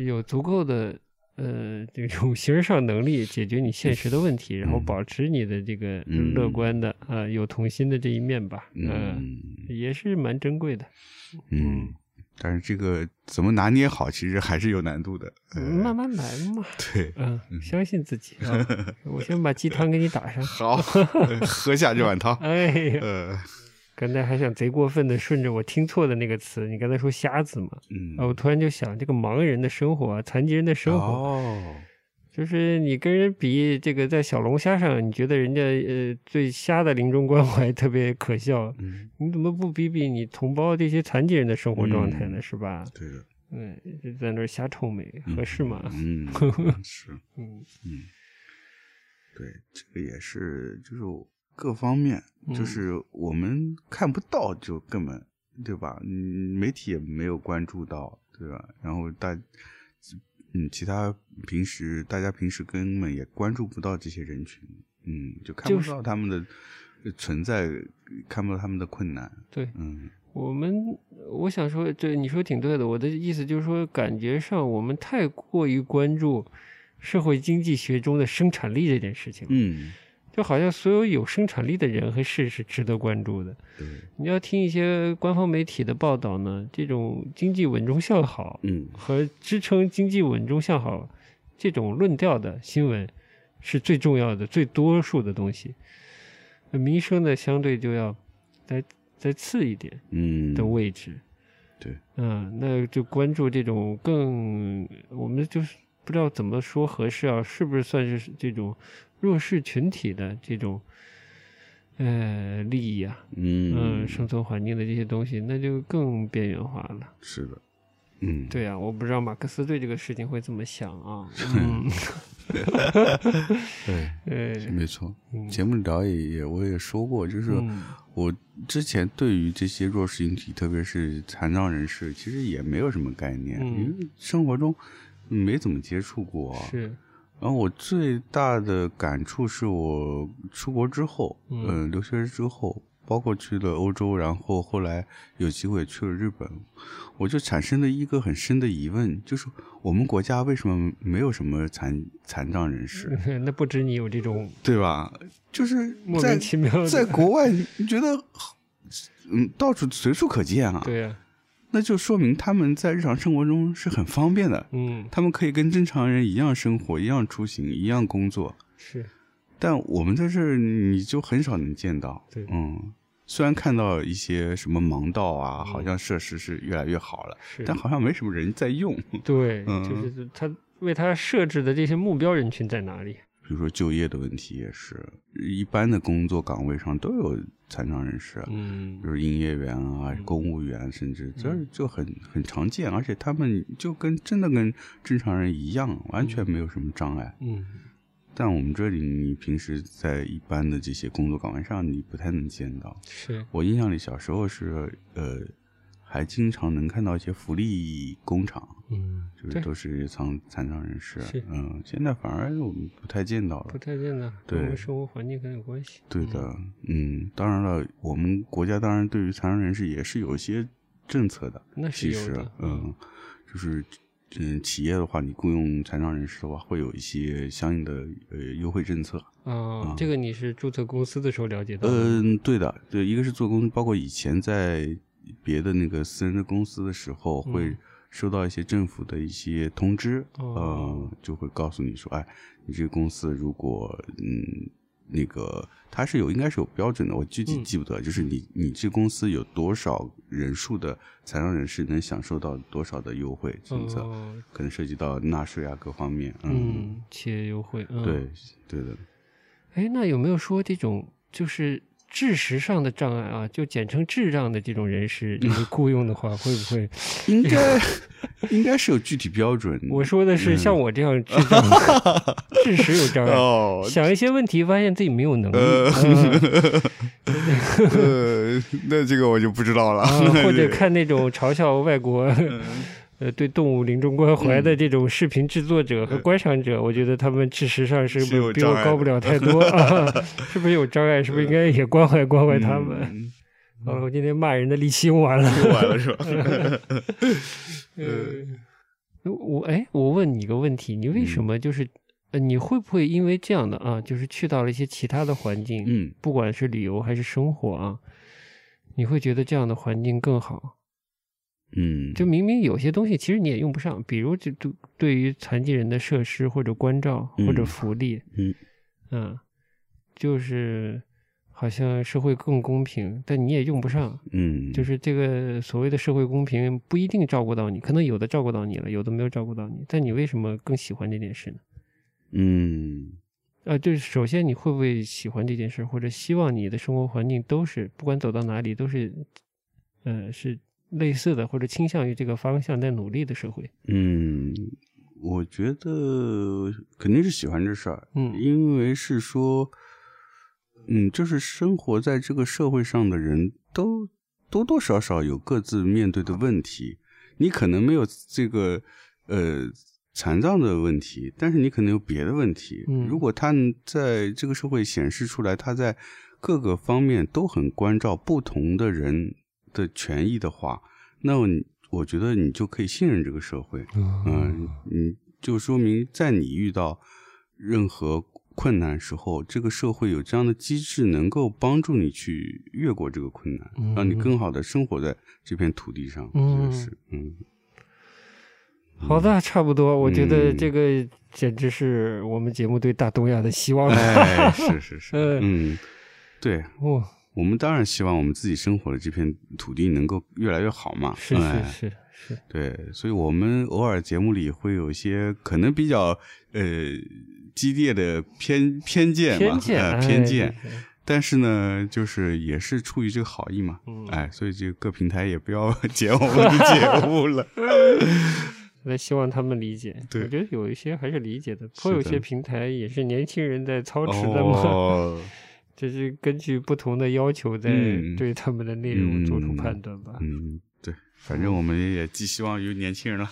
A: 有足够的呃这种形式上能力解决你现实的问题，然后保持你的这个
B: 嗯
A: 乐观的啊、有童心的这一面吧，嗯，
B: 嗯。
A: 也是蛮珍贵的。
B: 嗯，但是这个怎么拿捏好，其实还是有难度的。呃、
A: 慢慢来 嘛，
B: 对，
A: 嗯，相信自己啊！ 我先把鸡汤给你打上。
B: 好，呃喝下这碗汤。
A: 哎呀，
B: 呃，
A: 刚才还想贼过分的顺着我听错的那个词，你刚才说瞎子嘛，
B: 嗯
A: 啊，我突然就想这个盲人的生活啊，残疾人的生活，
B: 哦，
A: 就就是你跟人比这个在小龙虾上，你觉得人家呃对虾的临终关怀特别可笑，
B: 嗯，
A: 你怎么不比比你同胞这些残疾人的生活状态呢？
B: 嗯
A: 是吧？
B: 对的，
A: 嗯，就在那儿瞎臭美，
B: 嗯
A: 合适吗？
B: 嗯，是，
A: 嗯
B: 嗯，对，这个也是，就是各方面，就
A: 嗯
B: 是我们看不到，就根本对吧？嗯，媒体也没有关注到，对吧？然后大，嗯，其他平时大家平时根本也关注不到这些人群，嗯，就看
A: 就
B: 不
A: 是
B: 到他们的存在，看不到他们的困难，
A: 对
B: 嗯
A: 我们，我想说，对你说挺对的。我的意思就是说，感觉上我们太过于关注社会经济学中的生产力这件事情了，
B: 嗯，
A: 就好像所有有生产力的人和事是值得关注的。
B: 对，
A: 你要听一些官方媒体的报道呢，这种经济稳中向好
B: 嗯
A: 和支撑经济稳中向好这种论调的新闻是最重要的、最多数的东西。那民生呢，相对就要再再次一点
B: 嗯，
A: 的位置。
B: 对，
A: 嗯，那就关注这种更，我们就是不知道怎么说合适啊，是不是算是这种弱势群体的这种呃利益啊？
B: 嗯
A: 嗯，生存环境的这些东西，那就更边缘化了。
B: 是的，嗯，
A: 对啊，我不知道马克思对这个事情会怎么想啊。 嗯，
B: 对。
A: 对，
B: 没错，
A: 嗯
B: 节目里聊也也我也说过，就是
A: 嗯
B: 我之前对于这些弱势群体，特别是残障人士，其实也没有什么概念，
A: 嗯
B: 因为生活中没怎么接触过。
A: 是，
B: 然后我最大的感触是我出国之后，
A: 嗯
B: 呃，留学之后，包括去了欧洲，然后后来有机会去了日本，我就产生了一个很深的疑问，就是我们国家为什么没有什么残残障人士？
A: 那不止你有这种
B: 对吧？就是
A: 莫
B: 在
A: 名其妙的
B: 在国外，你觉得嗯，到处随处可见啊，
A: 对啊，
B: 那就说明他们在日常生活中是很方便的，
A: 嗯，
B: 他们可以跟正常人一样生活、一样出行、一样工作。
A: 是
B: 但我们在这儿你就很少能见到，
A: 对
B: 嗯，虽然看到一些什么盲道啊，
A: 嗯
B: 好像设施是越来越好了，
A: 是，
B: 但好像没什么人在用。 比
A: 对，
B: 嗯
A: 就是他为他设置的这些目标人群在哪里？
B: 如说就业的问题也是，一般的工作岗位上都有残障人士啊，
A: 嗯
B: 比，如音乐员啊
A: 嗯、
B: 公务员，甚至这
A: 嗯
B: 就很很常见，而且他们就跟真的跟正常人一样，完全没有什么障碍。
A: 嗯，
B: 但我们这里，你平时在一般的这些工作岗位上，你不太能见到。
A: 是，
B: 我印象里，小时候是呃，还经常能看到一些福利工厂，
A: 嗯，
B: 就是
A: 对，
B: 都是残残障人士
A: 是。
B: 嗯，现在反而我们不太见到了
A: 不。太见的，
B: 对
A: 跟我们生活环境很有关系。
B: 对的，嗯，当然了，我们国家当然对于残障人士也是有一些政策的，
A: 那是
B: 其
A: 有
B: 实
A: 的，
B: 嗯，就是嗯，企业的话，你雇佣残障人士的话，会有一些相应的呃优惠政策。
A: 啊，这个你是注册公司的时候了解到的吗？
B: 嗯，对的，对，一个是做工，包括以前在别的那个私人的公司的时候，
A: 嗯
B: 会收到一些政府的一些通知，
A: 哦
B: 呃，就会告诉你说，哎，你这个公司如果嗯。那个它是有应该是有标准的，我具体
A: 嗯
B: 记不得，就是你你这公司有多少人数的残障人士能享受到多少的优惠政策，
A: 哦
B: 可能涉及到纳税啊各方面。嗯，
A: 嗯，企业优惠，嗯，
B: 对对的，
A: 哎，那有没有说这种就是智识上的障碍啊，就简称智障的这种人 士，你们雇佣的话，会不会？
B: 应该应该是有具体标准。
A: 我说的是
B: 嗯
A: 像我这样智障， 智识有障碍，
C: 哦，
A: 想一些问题，发现自己没有能力，
C: 呃
A: 嗯
C: 呃，那这个我就不知道了，
A: 啊或者看那种嘲笑外国。
C: 嗯
A: 呃，对动物临终关怀的这种视频制作者和观赏者，我觉得他们事实上是
C: 嗯是有
A: 比
C: 障
A: 我
C: 碍
A: 高
C: 的
A: 不了 太多啊，是不是有障碍？是不是应该也关怀关怀他们？
C: 嗯
A: 哦，我今天骂人的力气用完了。
C: 说完了是吧？
A: 嗯，我哎，我问你一个问题，你
C: 嗯
A: 为什么就是，呃，你会不会因为这样的啊，就是去到了一些其他的环境，
B: 嗯，
A: 不管是旅游还是生活啊，你会觉得这样的环境更好？
B: 嗯，
A: 就明明有些东西其实你也用不上，比如就对对于残疾人的设施或者关照或者
B: 嗯
A: 福利，
B: 嗯
A: 啊，就是好像社会更公平，但你也用不上，
B: 嗯，
A: 就是这个所谓的社会公平不一定照顾到你，可能有的照顾到你了，有的没有照顾到你。但你为什么更喜欢这件事呢？
B: 嗯
A: 呃，就是首先你会不会喜欢这件事儿，或者希望你的生活环境都是不管走到哪里都是，呃，是类似的，或者倾向于这个方向在努力的社会。
B: 嗯，我觉得肯定是喜欢这事儿，
A: 嗯
B: 因为是说，嗯，就是生活在这个社会上的人都多多少少有各自面对的问题，你可能没有这个呃残障的问题，但是你可能有别的问题。
A: 嗯
B: 如果他在这个社会显示出来，他在各个方面都很关照不同的人的权益的话，那么你我觉得你就可以信任这个社会。嗯，你就说明在你遇到任何困难时候，这个社会有这样的机制能够帮助你去越过这个困难，
A: 嗯
B: 让你更好的生活在这片土地上。
A: 嗯
B: 我觉得是， 嗯
A: 好的，差不多，我觉得
B: 嗯
A: 这个简直是我们节目对大东亚的希望。
B: 哎，是是 是，
A: 呃
B: 嗯，对。
A: 哦，
B: 我们当然希望我们自己生活的这片土地能够越来越好嘛，
A: 是
B: 哎
A: 是是是，
B: 对，所以我们偶尔节目里会有一些可能比较呃激烈的偏偏见嘛，
A: 偏见，
B: 呃、
A: 哎
B: 偏见，，但是呢，就是也是出于这个好意嘛，
A: 嗯
B: 哎，所以这个各平台也不要 截我们的节目 了。
A: 那希望他们理解。
B: 对
A: 我觉得有一些还是理解的，
B: 是
A: 颇
B: 的
A: 有些平台也是年轻人在操持的嘛。
B: 哦，
A: 这是根据不同的要求，在
B: 嗯
A: 对他们的内容做出
B: 嗯
A: 判断吧。
B: 嗯，对，反正我们也寄希望于年轻人了，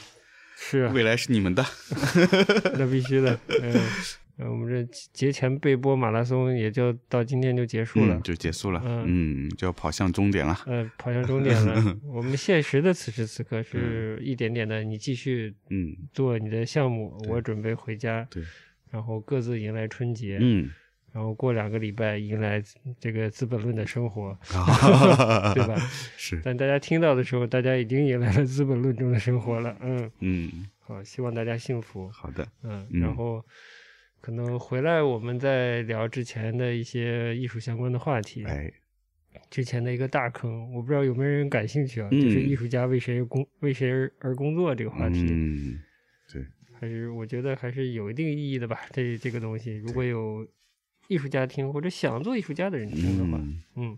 A: 是啊，
B: 未来是你们的。
A: 那必须的。嗯、呃我们这节前备播马拉松也就到今天就结束了
B: 嗯，。就结束了，
A: 嗯
B: 嗯，就要跑向终点了。
A: 呃，跑向终点 了。我们现实的此时此刻是一点点的，你继续
B: 嗯
A: 做你的项目，我准备回家，
B: 对，
A: 然后各自迎来春节，
B: 嗯，
A: 然后过两个礼拜迎来这个《资本论》的生活，
B: 啊
A: 对吧？
B: 是，
A: 但大家听到的时候，大家已经迎来了《资本论》中的生活了。嗯，
B: 嗯，
A: 好，希望大家幸福。
B: 好的，
A: 嗯，然
B: 嗯
A: 后可能回来我们再聊之前的一些艺术相关的话题。
B: 哎，
A: 之前的一个大坑，我不知道有没有人感兴趣啊？就是
B: 嗯
A: 艺术家为谁而工为谁而而工作这个话题，
B: 嗯，对，
A: 还是我觉得还是有一定意义的吧。这这个东西，如果有艺术家听或者想做艺术家的人听的话，
B: 嗯，
A: 嗯，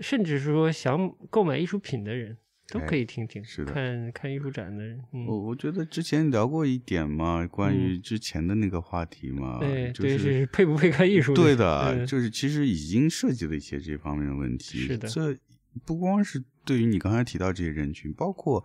A: 甚至是说想购买艺术品的人都
B: 哎
A: 可以听听，
B: 是的哦
A: 看看艺术展的人，嗯，
B: 我我觉得之前聊过一点嘛，关于之前的那个话题嘛，
A: 对
B: 就
A: 对
B: 是
A: 是配不配看艺术的
B: 对
A: 嗯
B: 的，就是其实已经涉及了一些这方面的问题。
A: 是的
B: 这不光是对于你刚才提到这些人群，包括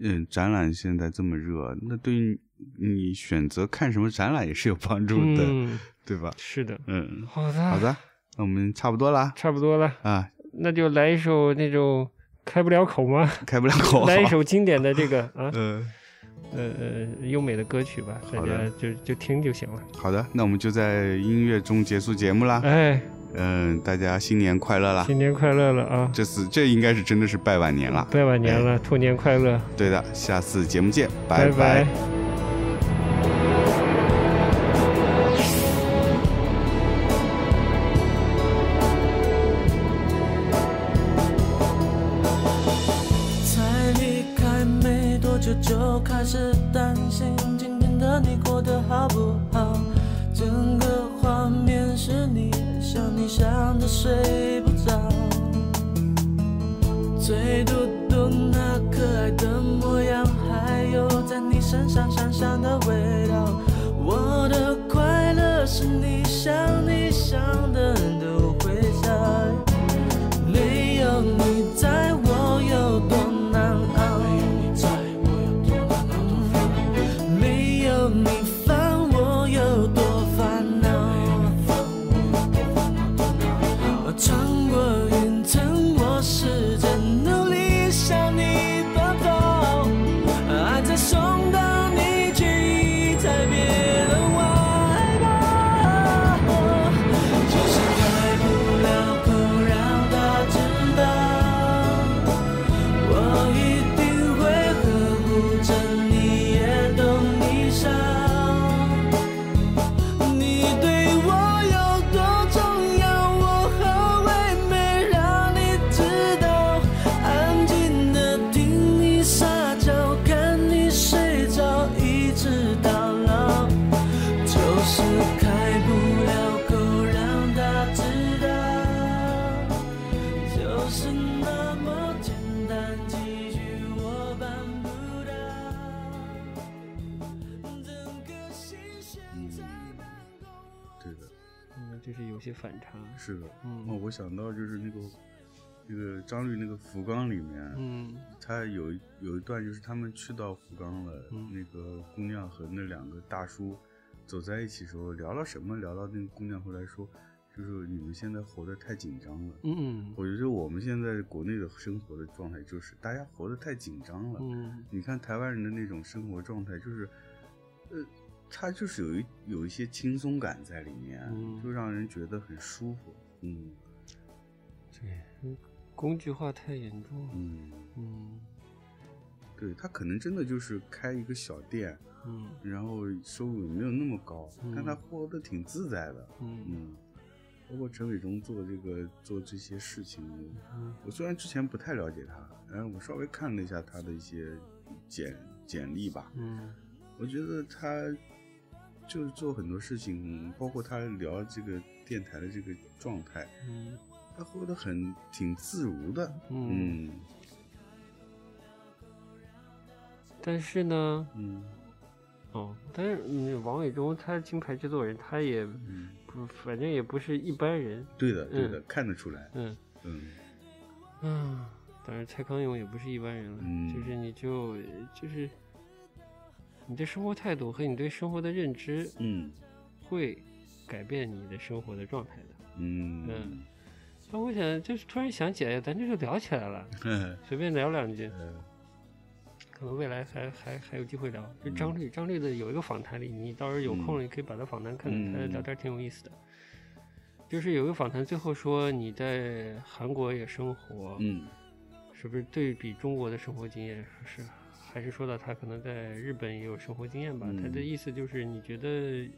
B: 嗯、展览现在这么热，那对于你选择看什么展览也是有帮助的，
A: 嗯，
B: 对吧？
A: 是的，
B: 嗯，
A: 好的，
B: 好，的，那我们差不多啦
A: 差不多了，
B: 啊，
A: 那就来一首那种开不了口 吗？
B: 开不了 口，
A: 来一首经典的 这个 啊，
B: 嗯，
A: 呃呃，优美的歌曲吧，大
B: 好
A: 家
B: 的
A: 就就听就行了。
B: 好的，那我们就在音乐中结束节目啦。
A: 哎，
B: 嗯，大家新年快乐啦！
A: 新年快乐了啊！
B: 这次这应该是真的是拜晚年了。
A: 拜晚年了，兔年快乐，
B: 对的，下次节目见，哎拜
A: 拜
D: 才离开没多久就开始担心今天的你过得好不好，整个画面是你，想你想的睡不着，醉嘟嘟那可爱的模样，还有在你身上香香的味道，我的快乐是你想你想的都会在。没有你在我有多难熬，没有你烦我有多烦恼，穿过云层我试着努力想是开不了口让他知道，就是那么简单，几句我办不到，整个心悬在半空。
B: 嗯对的，
A: 嗯，就是有些反差。
B: 是的。哦，
A: 嗯
B: 我想到就是那个那个张律那个福冈里面，
A: 嗯
B: 他有一有一段就是他们去到福冈了，
A: 嗯
B: 那个姑娘和那两个大叔走在一起的时候聊了什么？聊到那个姑娘回来说，就是你们现在活得太紧张了。
A: 嗯
B: 我觉得我们现在国内的生活的状态就是大家活得太紧张了。
A: 嗯
B: 你看台湾人的那种生活状态，就是，呃，他就是有一有一些轻松感在里面，啊
A: 嗯
B: 就让人觉得很舒服。嗯
A: 对，工具化太严重了。
B: 嗯，
A: 嗯
B: 对他可能真的就是开一个小店，
A: 嗯
B: 然后收入也没有那么高，
A: 嗯
B: 但他活得挺自在的。
A: 嗯
B: 嗯，包括陈伟忠做这个做这些事情，
A: 嗯
B: 我虽然之前不太了解他，但是我稍微看了一下他的一些简简历吧，
A: 嗯
B: 我觉得他就是做很多事情，包括他聊这个电台的这个状态，
A: 嗯
B: 他活得很挺自如的。
A: 嗯，
B: 嗯
A: 但是呢，
B: 嗯
A: 哦，但是嗯王伟忠他金牌制作人，他也
B: 嗯，
A: 不，反正也不是一般人。
B: 对的对的，看得出来。
A: 嗯
B: 嗯
A: 嗯，当然蔡康永也不是一般人了，
B: 嗯
A: 就是你就就是你的生活态度和你对生活的认知
B: 嗯
A: 会改变你的生活的状态的。
B: 嗯
A: 嗯那我想就是突然想起来，咱这就聊起来了，
B: 嗯
A: 随便聊两句，
B: 呃
A: 可能未来还还还有机会聊。就张
B: 嗯
A: 律，张律的有一个访谈里，你到时候有空了，你可以把他访谈看看，
B: 嗯
A: 他的聊天挺有意思的。就是有一个访谈，最后说你在韩国也生活，
B: 嗯
A: 是不是对比中国的生活经验是？还是说到他可能在日本也有生活经验吧？
B: 嗯
A: 他的意思就是，你觉得，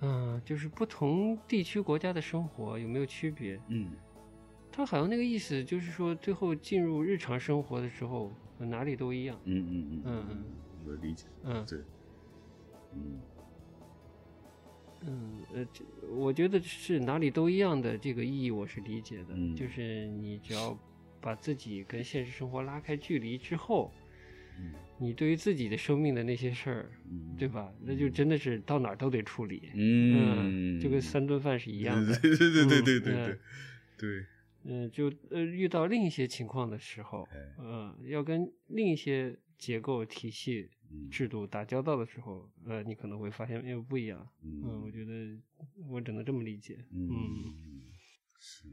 A: 嗯、就是不同地区国家的生活有没有区别？
B: 嗯
A: 他好像那个意思就是说，最后进入日常生活的时候，呃哪里都一样。
B: 嗯嗯
A: 嗯
B: 嗯，我理解。
A: 嗯
B: 对，嗯
A: 嗯，呃，这我觉得是哪里都一样的这个意义，我是理解的。
B: 嗯
A: 就是你只要把自己跟现实生活拉开距离之后，
B: 嗯
A: 你对于自己的生命的那些事儿，
B: 嗯，
A: 对？吧？那就真的是到哪儿都得处理。
B: 嗯，
A: 就跟三顿饭是一
B: 一
A: 样的。
B: 对对对
A: 嗯
B: 对对对对
A: 嗯
B: 对，
A: 嗯，就呃遇到另一些情况的时候，
B: 哎，
A: 嗯，要跟另一些结构体系
B: 嗯
A: 制度打交道的时候，呃，你可能会发现又不一样。嗯，我
B: 嗯
A: 觉得我只能这么理解。
B: 嗯
A: 嗯，
B: 是，